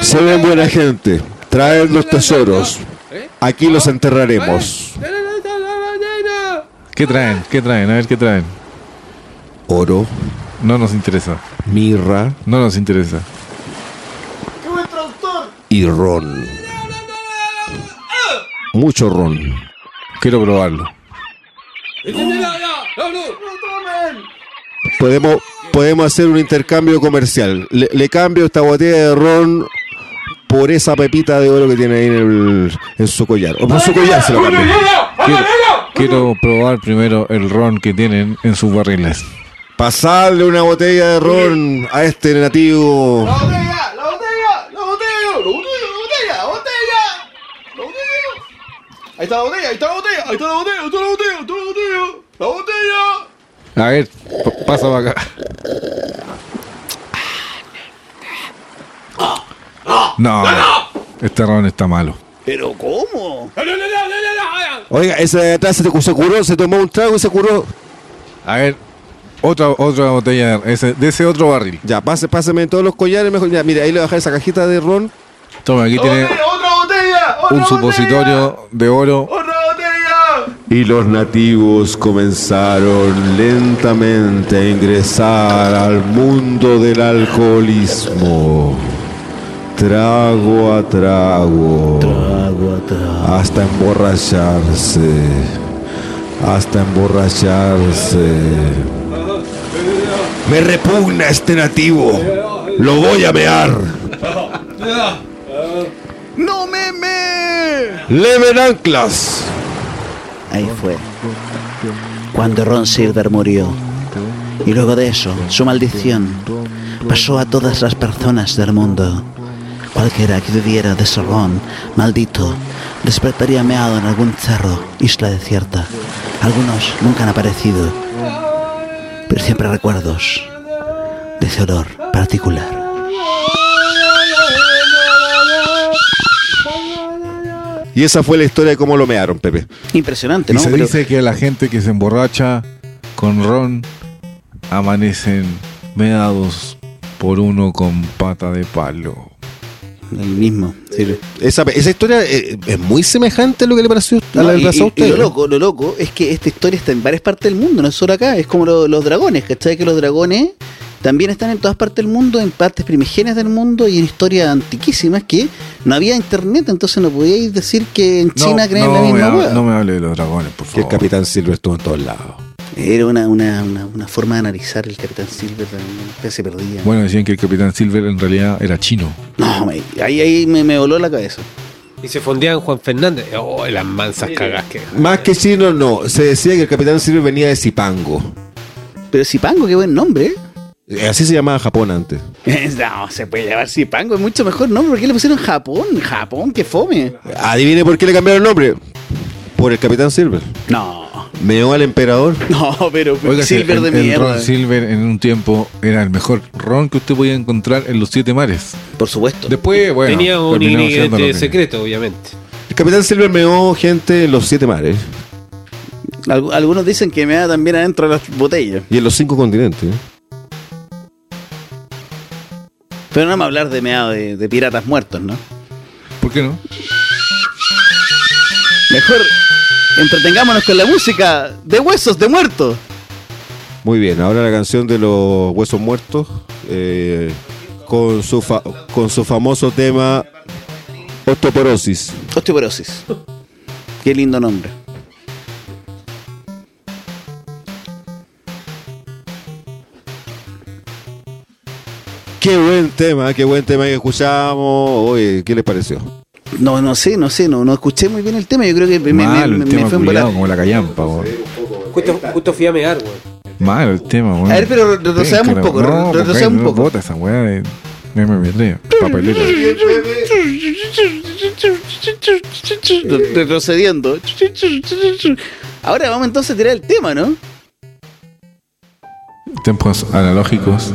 S3: Se ven buena gente. Traed los tesoros. Aquí los enterraremos.
S2: ¿Qué traen? ¿Qué traen? A ver qué traen.
S3: Oro,
S2: No nos interesa.
S3: mirra
S2: No nos interesa.
S3: y ron. Mucho ron.
S2: Quiero probarlo.
S3: Podemos, podemos hacer un intercambio comercial. Le, le cambio esta botella de ron por esa pepita de oro que tiene ahí en, el- en su collar. O por su collar se lo cambio.
S2: Quiero, quiero probar primero el ron que tienen en sus barriles.
S3: Pasarle una botella de ron a este nativo.
S11: Ahí está la botella, ahí está la botella, ahí está la botella, ahí está la botella, ahí está la botella, la botella.
S2: A ver, p- pasa para acá. No, este ron está malo.
S1: ¿Pero cómo?
S3: Oiga, ese de atrás se, te- se curó, se tomó un trago y se curó.
S2: A ver, otra, otra botella de, ese- de ese otro barril.
S3: Ya, pase, páseme todos los collares mejor. Ya, mira, ahí le voy a dejar esa cajita de ron.
S2: Toma, aquí tiene
S11: Otra botella, otra
S2: un supositorio de oro.
S11: botella.
S3: Y los nativos comenzaron lentamente a ingresar al mundo del alcoholismo. Trago a trago. Hasta emborracharse. Hasta emborracharse. Me repugna este nativo. Lo voy a mear.
S1: ¡No me me!
S3: Leven anclas.
S1: Ahí fue. Cuando Ron Silver murió. Y luego de eso, su maldición pasó a todas las personas del mundo. Cualquiera que viviera de ese Ron, maldito, despertaría meado en algún cerro, isla desierta. Algunos nunca han aparecido, pero siempre recuerdos de ese olor particular.
S3: Y esa fue la historia de cómo lo mearon, Pepe.
S1: Impresionante,
S2: Y
S1: ¿no?
S2: se
S1: Pero-
S2: dice que la gente que se emborracha con ron amanecen meados por uno con pata de palo.
S1: El mismo, sí.
S3: Esa, esa historia eh, es muy semejante a lo que le pareció a la
S1: No,
S3: que
S1: y,
S3: le pasó
S1: y-
S3: a
S1: y
S3: usted.
S1: lo loco, lo loco es que esta historia está en varias partes del mundo, no es solo acá, es como lo- los dragones, ¿cachai? Que los dragones también están en todas partes del mundo, en partes primigenias del mundo y en historias antiquísimas que no había internet, entonces no podíais decir que en China creen la
S2: me
S1: misma
S2: ha-
S1: hueá.
S2: no me hable de los dragones, por
S3: Que el
S2: favor.
S3: Capitán Silver estuvo en todos lados.
S1: Era una, una, una, una forma de analizar el Capitán Silver, que se perdía.
S2: Bueno, decían que el Capitán Silver en realidad era chino.
S1: No, me- ahí, ahí me, me voló la cabeza.
S4: Y se fondeaban Juan Fernández. Oh, las mansas cagas que.
S3: Más que chino, no. Se decía que el Capitán Silver venía de Zipango.
S1: Pero Sipango, qué buen nombre, [LAUGHS] ¿eh?
S3: Eh, Así se llamaba Japón antes.
S1: No, se puede llamar Sipango, es mucho mejor nombre. ¿Por qué le pusieron Japón? Japón, qué fome.
S3: Adivine por qué le cambiaron el nombre. Por el Capitán Silver.
S1: No.
S3: Meó al emperador.
S1: [LAUGHS] No, pero
S2: Oiga,
S1: Silver
S2: el,
S1: de
S2: el
S1: mierda.
S2: Ron Silver en un tiempo era el mejor ron que usted podía encontrar en los siete mares.
S1: Por supuesto.
S2: Después, bueno,
S4: Tenía un
S2: terminó siendo lo
S4: ingrediente
S2: que-
S4: secreto, obviamente.
S3: El Capitán Silver meó gente en los siete mares
S1: Algu- algunos dicen que me da también adentro de las botellas.
S3: y en los cinco continentes.
S1: Pero no vamos a hablar de meado de, de piratas muertos, ¿no?
S2: ¿Por qué no?
S1: Mejor entretengámonos con la música de huesos de muertos.
S3: Muy bien, ahora la canción de los huesos muertos eh, con, su fa- con su famoso tema Osteoporosis.
S1: Osteoporosis. Qué lindo nombre.
S3: Qué buen tema, qué buen tema que escuchamos. Oye, ¿qué les pareció?
S1: No, no sé, no sé, no, no escuché muy bien el tema. Yo creo que me, me-
S2: Mal
S1: me- me
S2: el tema
S1: fue en
S2: culiao,
S1: volar.
S2: como la callampa, weón.
S4: Justo, justo fui a mear, weón.
S2: Mal el tema, weón.
S1: A ver, pero retrocedamos un
S2: Péncora,
S1: poco,
S2: no,
S1: retrocedamos un
S2: porque
S1: poco.
S2: Bota esa weá de. No me metré. Papelero.
S1: Retrocediendo. Ahora vamos entonces a tirar el tema, ¿no?
S2: Tiempos analógicos.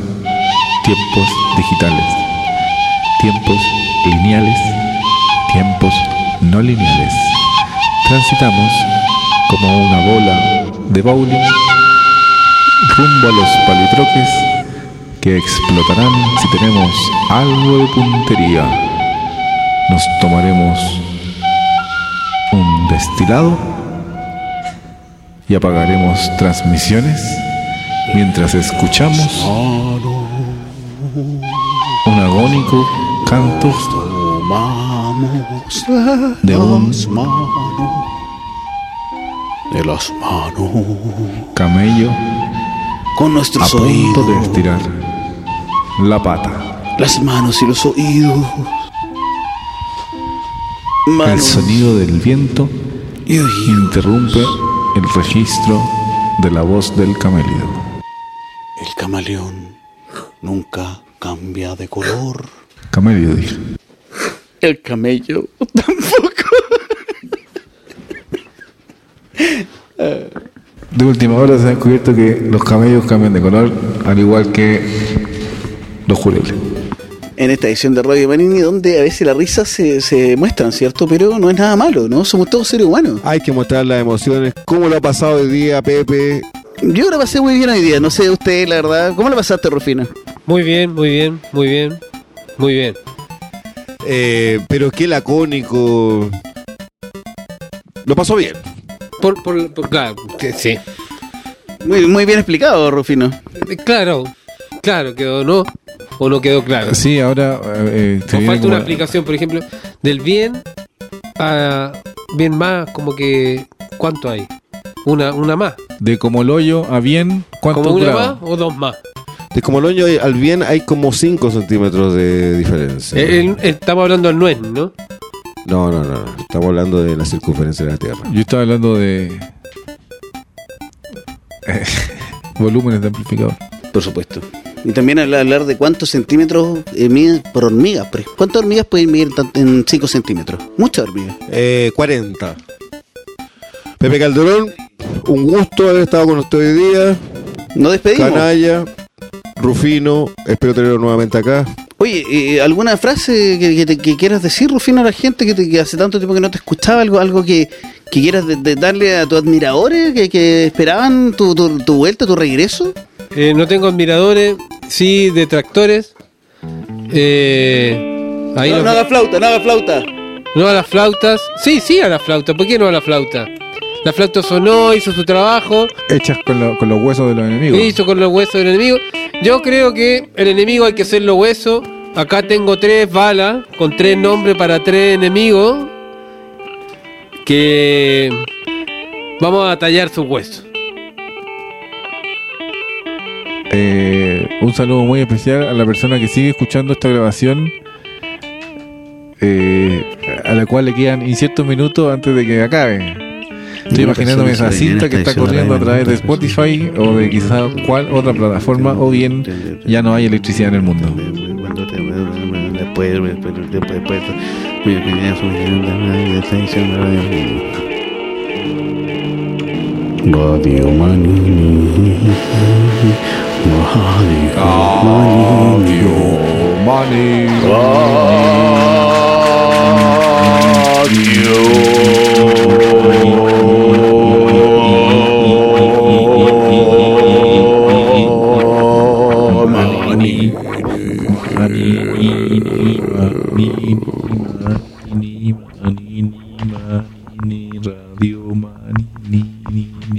S2: Tiempos digitales. Tiempos lineales. Tiempos no lineales. Transitamos como una bola de bowling rumbo a los palitroques que explotarán si tenemos algo de puntería. Nos tomaremos un destilado y apagaremos transmisiones mientras escuchamos un agónico canto de un
S1: De las manos.
S2: camello
S1: Con
S2: a
S1: nuestros
S2: punto de
S1: oídos.
S2: estirar la pata.
S1: Las manos y los oídos.
S2: El
S1: Manos
S2: sonido del viento
S1: Ah, y oídos.
S2: interrumpe el registro de la voz del camélido.
S1: El camaleón nunca cambia de color.
S2: Camélido dije.
S1: El camello tampoco.
S2: De última hora se ha descubierto que los camellos cambian de color, al igual que los jureles.
S1: En esta edición de Radio Manini, donde a veces las risas se, se muestran, ¿cierto? Pero no es nada malo, ¿no? Somos todos seres humanos.
S3: Hay que mostrar las emociones. ¿Cómo lo ha pasado hoy día, Pepe?
S1: Yo la pasé muy bien hoy día, no sé usted, la verdad. ¿Cómo la pasaste, Rufina?
S4: Muy bien, muy bien, muy bien, muy bien.
S3: Eh, pero qué lacónico. Lo pasó bien.
S4: Por, por, por- claro, que sí.
S1: Muy, muy bien explicado, Rufino.
S4: Eh, Claro, claro, quedó no, o no quedó claro.
S2: Sí, ahora eh, eh, se
S4: Nos
S2: viene
S4: falta
S2: como-
S4: una explicación, por ejemplo, del bien a bien más, como que, ¿cuánto hay? Una, una más.
S2: de como el hoyo a bien,
S4: ¿Como
S2: ¿cuánto
S4: una
S2: grado?
S4: más o dos más?
S3: De como loño al bien hay como 5 centímetros de diferencia.
S4: Eh, El- el- estamos hablando del nuez, ¿no?
S3: No, no, no. no. Estamos hablando de la circunferencia de la Tierra.
S2: Yo estaba hablando de [LAUGHS] volúmenes de amplificador.
S1: Por supuesto. Y también habla- hablar de cuántos centímetros eh, miden por hormiga. por ejemplo. ¿Cuántas hormigas pueden medir tan- en 5 centímetros? Muchas hormigas.
S3: Eh, 40. Pepe Calderón, un gusto haber estado con usted hoy día.
S1: Nos despedimos.
S3: Canalla, Rufino, espero tenerlo nuevamente acá.
S1: Oye, eh, ¿alguna frase que, que te- que quieras decir, Rufino, a la gente que, te- que hace tanto tiempo que no te escuchaba? ¿Algo algo que, que quieras de- de darle a tus admiradores que, que esperaban tu, tu- tu vuelta, tu regreso?
S4: Eh, no tengo admiradores, sí detractores. Eh, ahí
S1: no,
S4: nos-
S1: no haga flauta, no haga flauta.
S4: No a las flautas. Sí, sí a la flauta. ¿Por qué no a la flauta? La flauta sonó, hizo su trabajo,
S2: Hechas con, lo- con los huesos de los enemigos.
S4: hizo con los huesos del enemigo. Yo creo que el enemigo hay que ser los huesos. Acá tengo tres balas con tres nombres para tres enemigos. Que vamos a tallar sus huesos.
S2: Eh, un saludo muy especial a la persona que sigue escuchando esta grabación. eh, a la cual le quedan inciertos minutos antes de que acabe. Estoy imaginándome esa cinta que está corriendo a través de Spotify o de quizá cual otra plataforma o bien ya no hay electricidad en el mundo.
S1: Radio Manini.
S5: Radio Manini.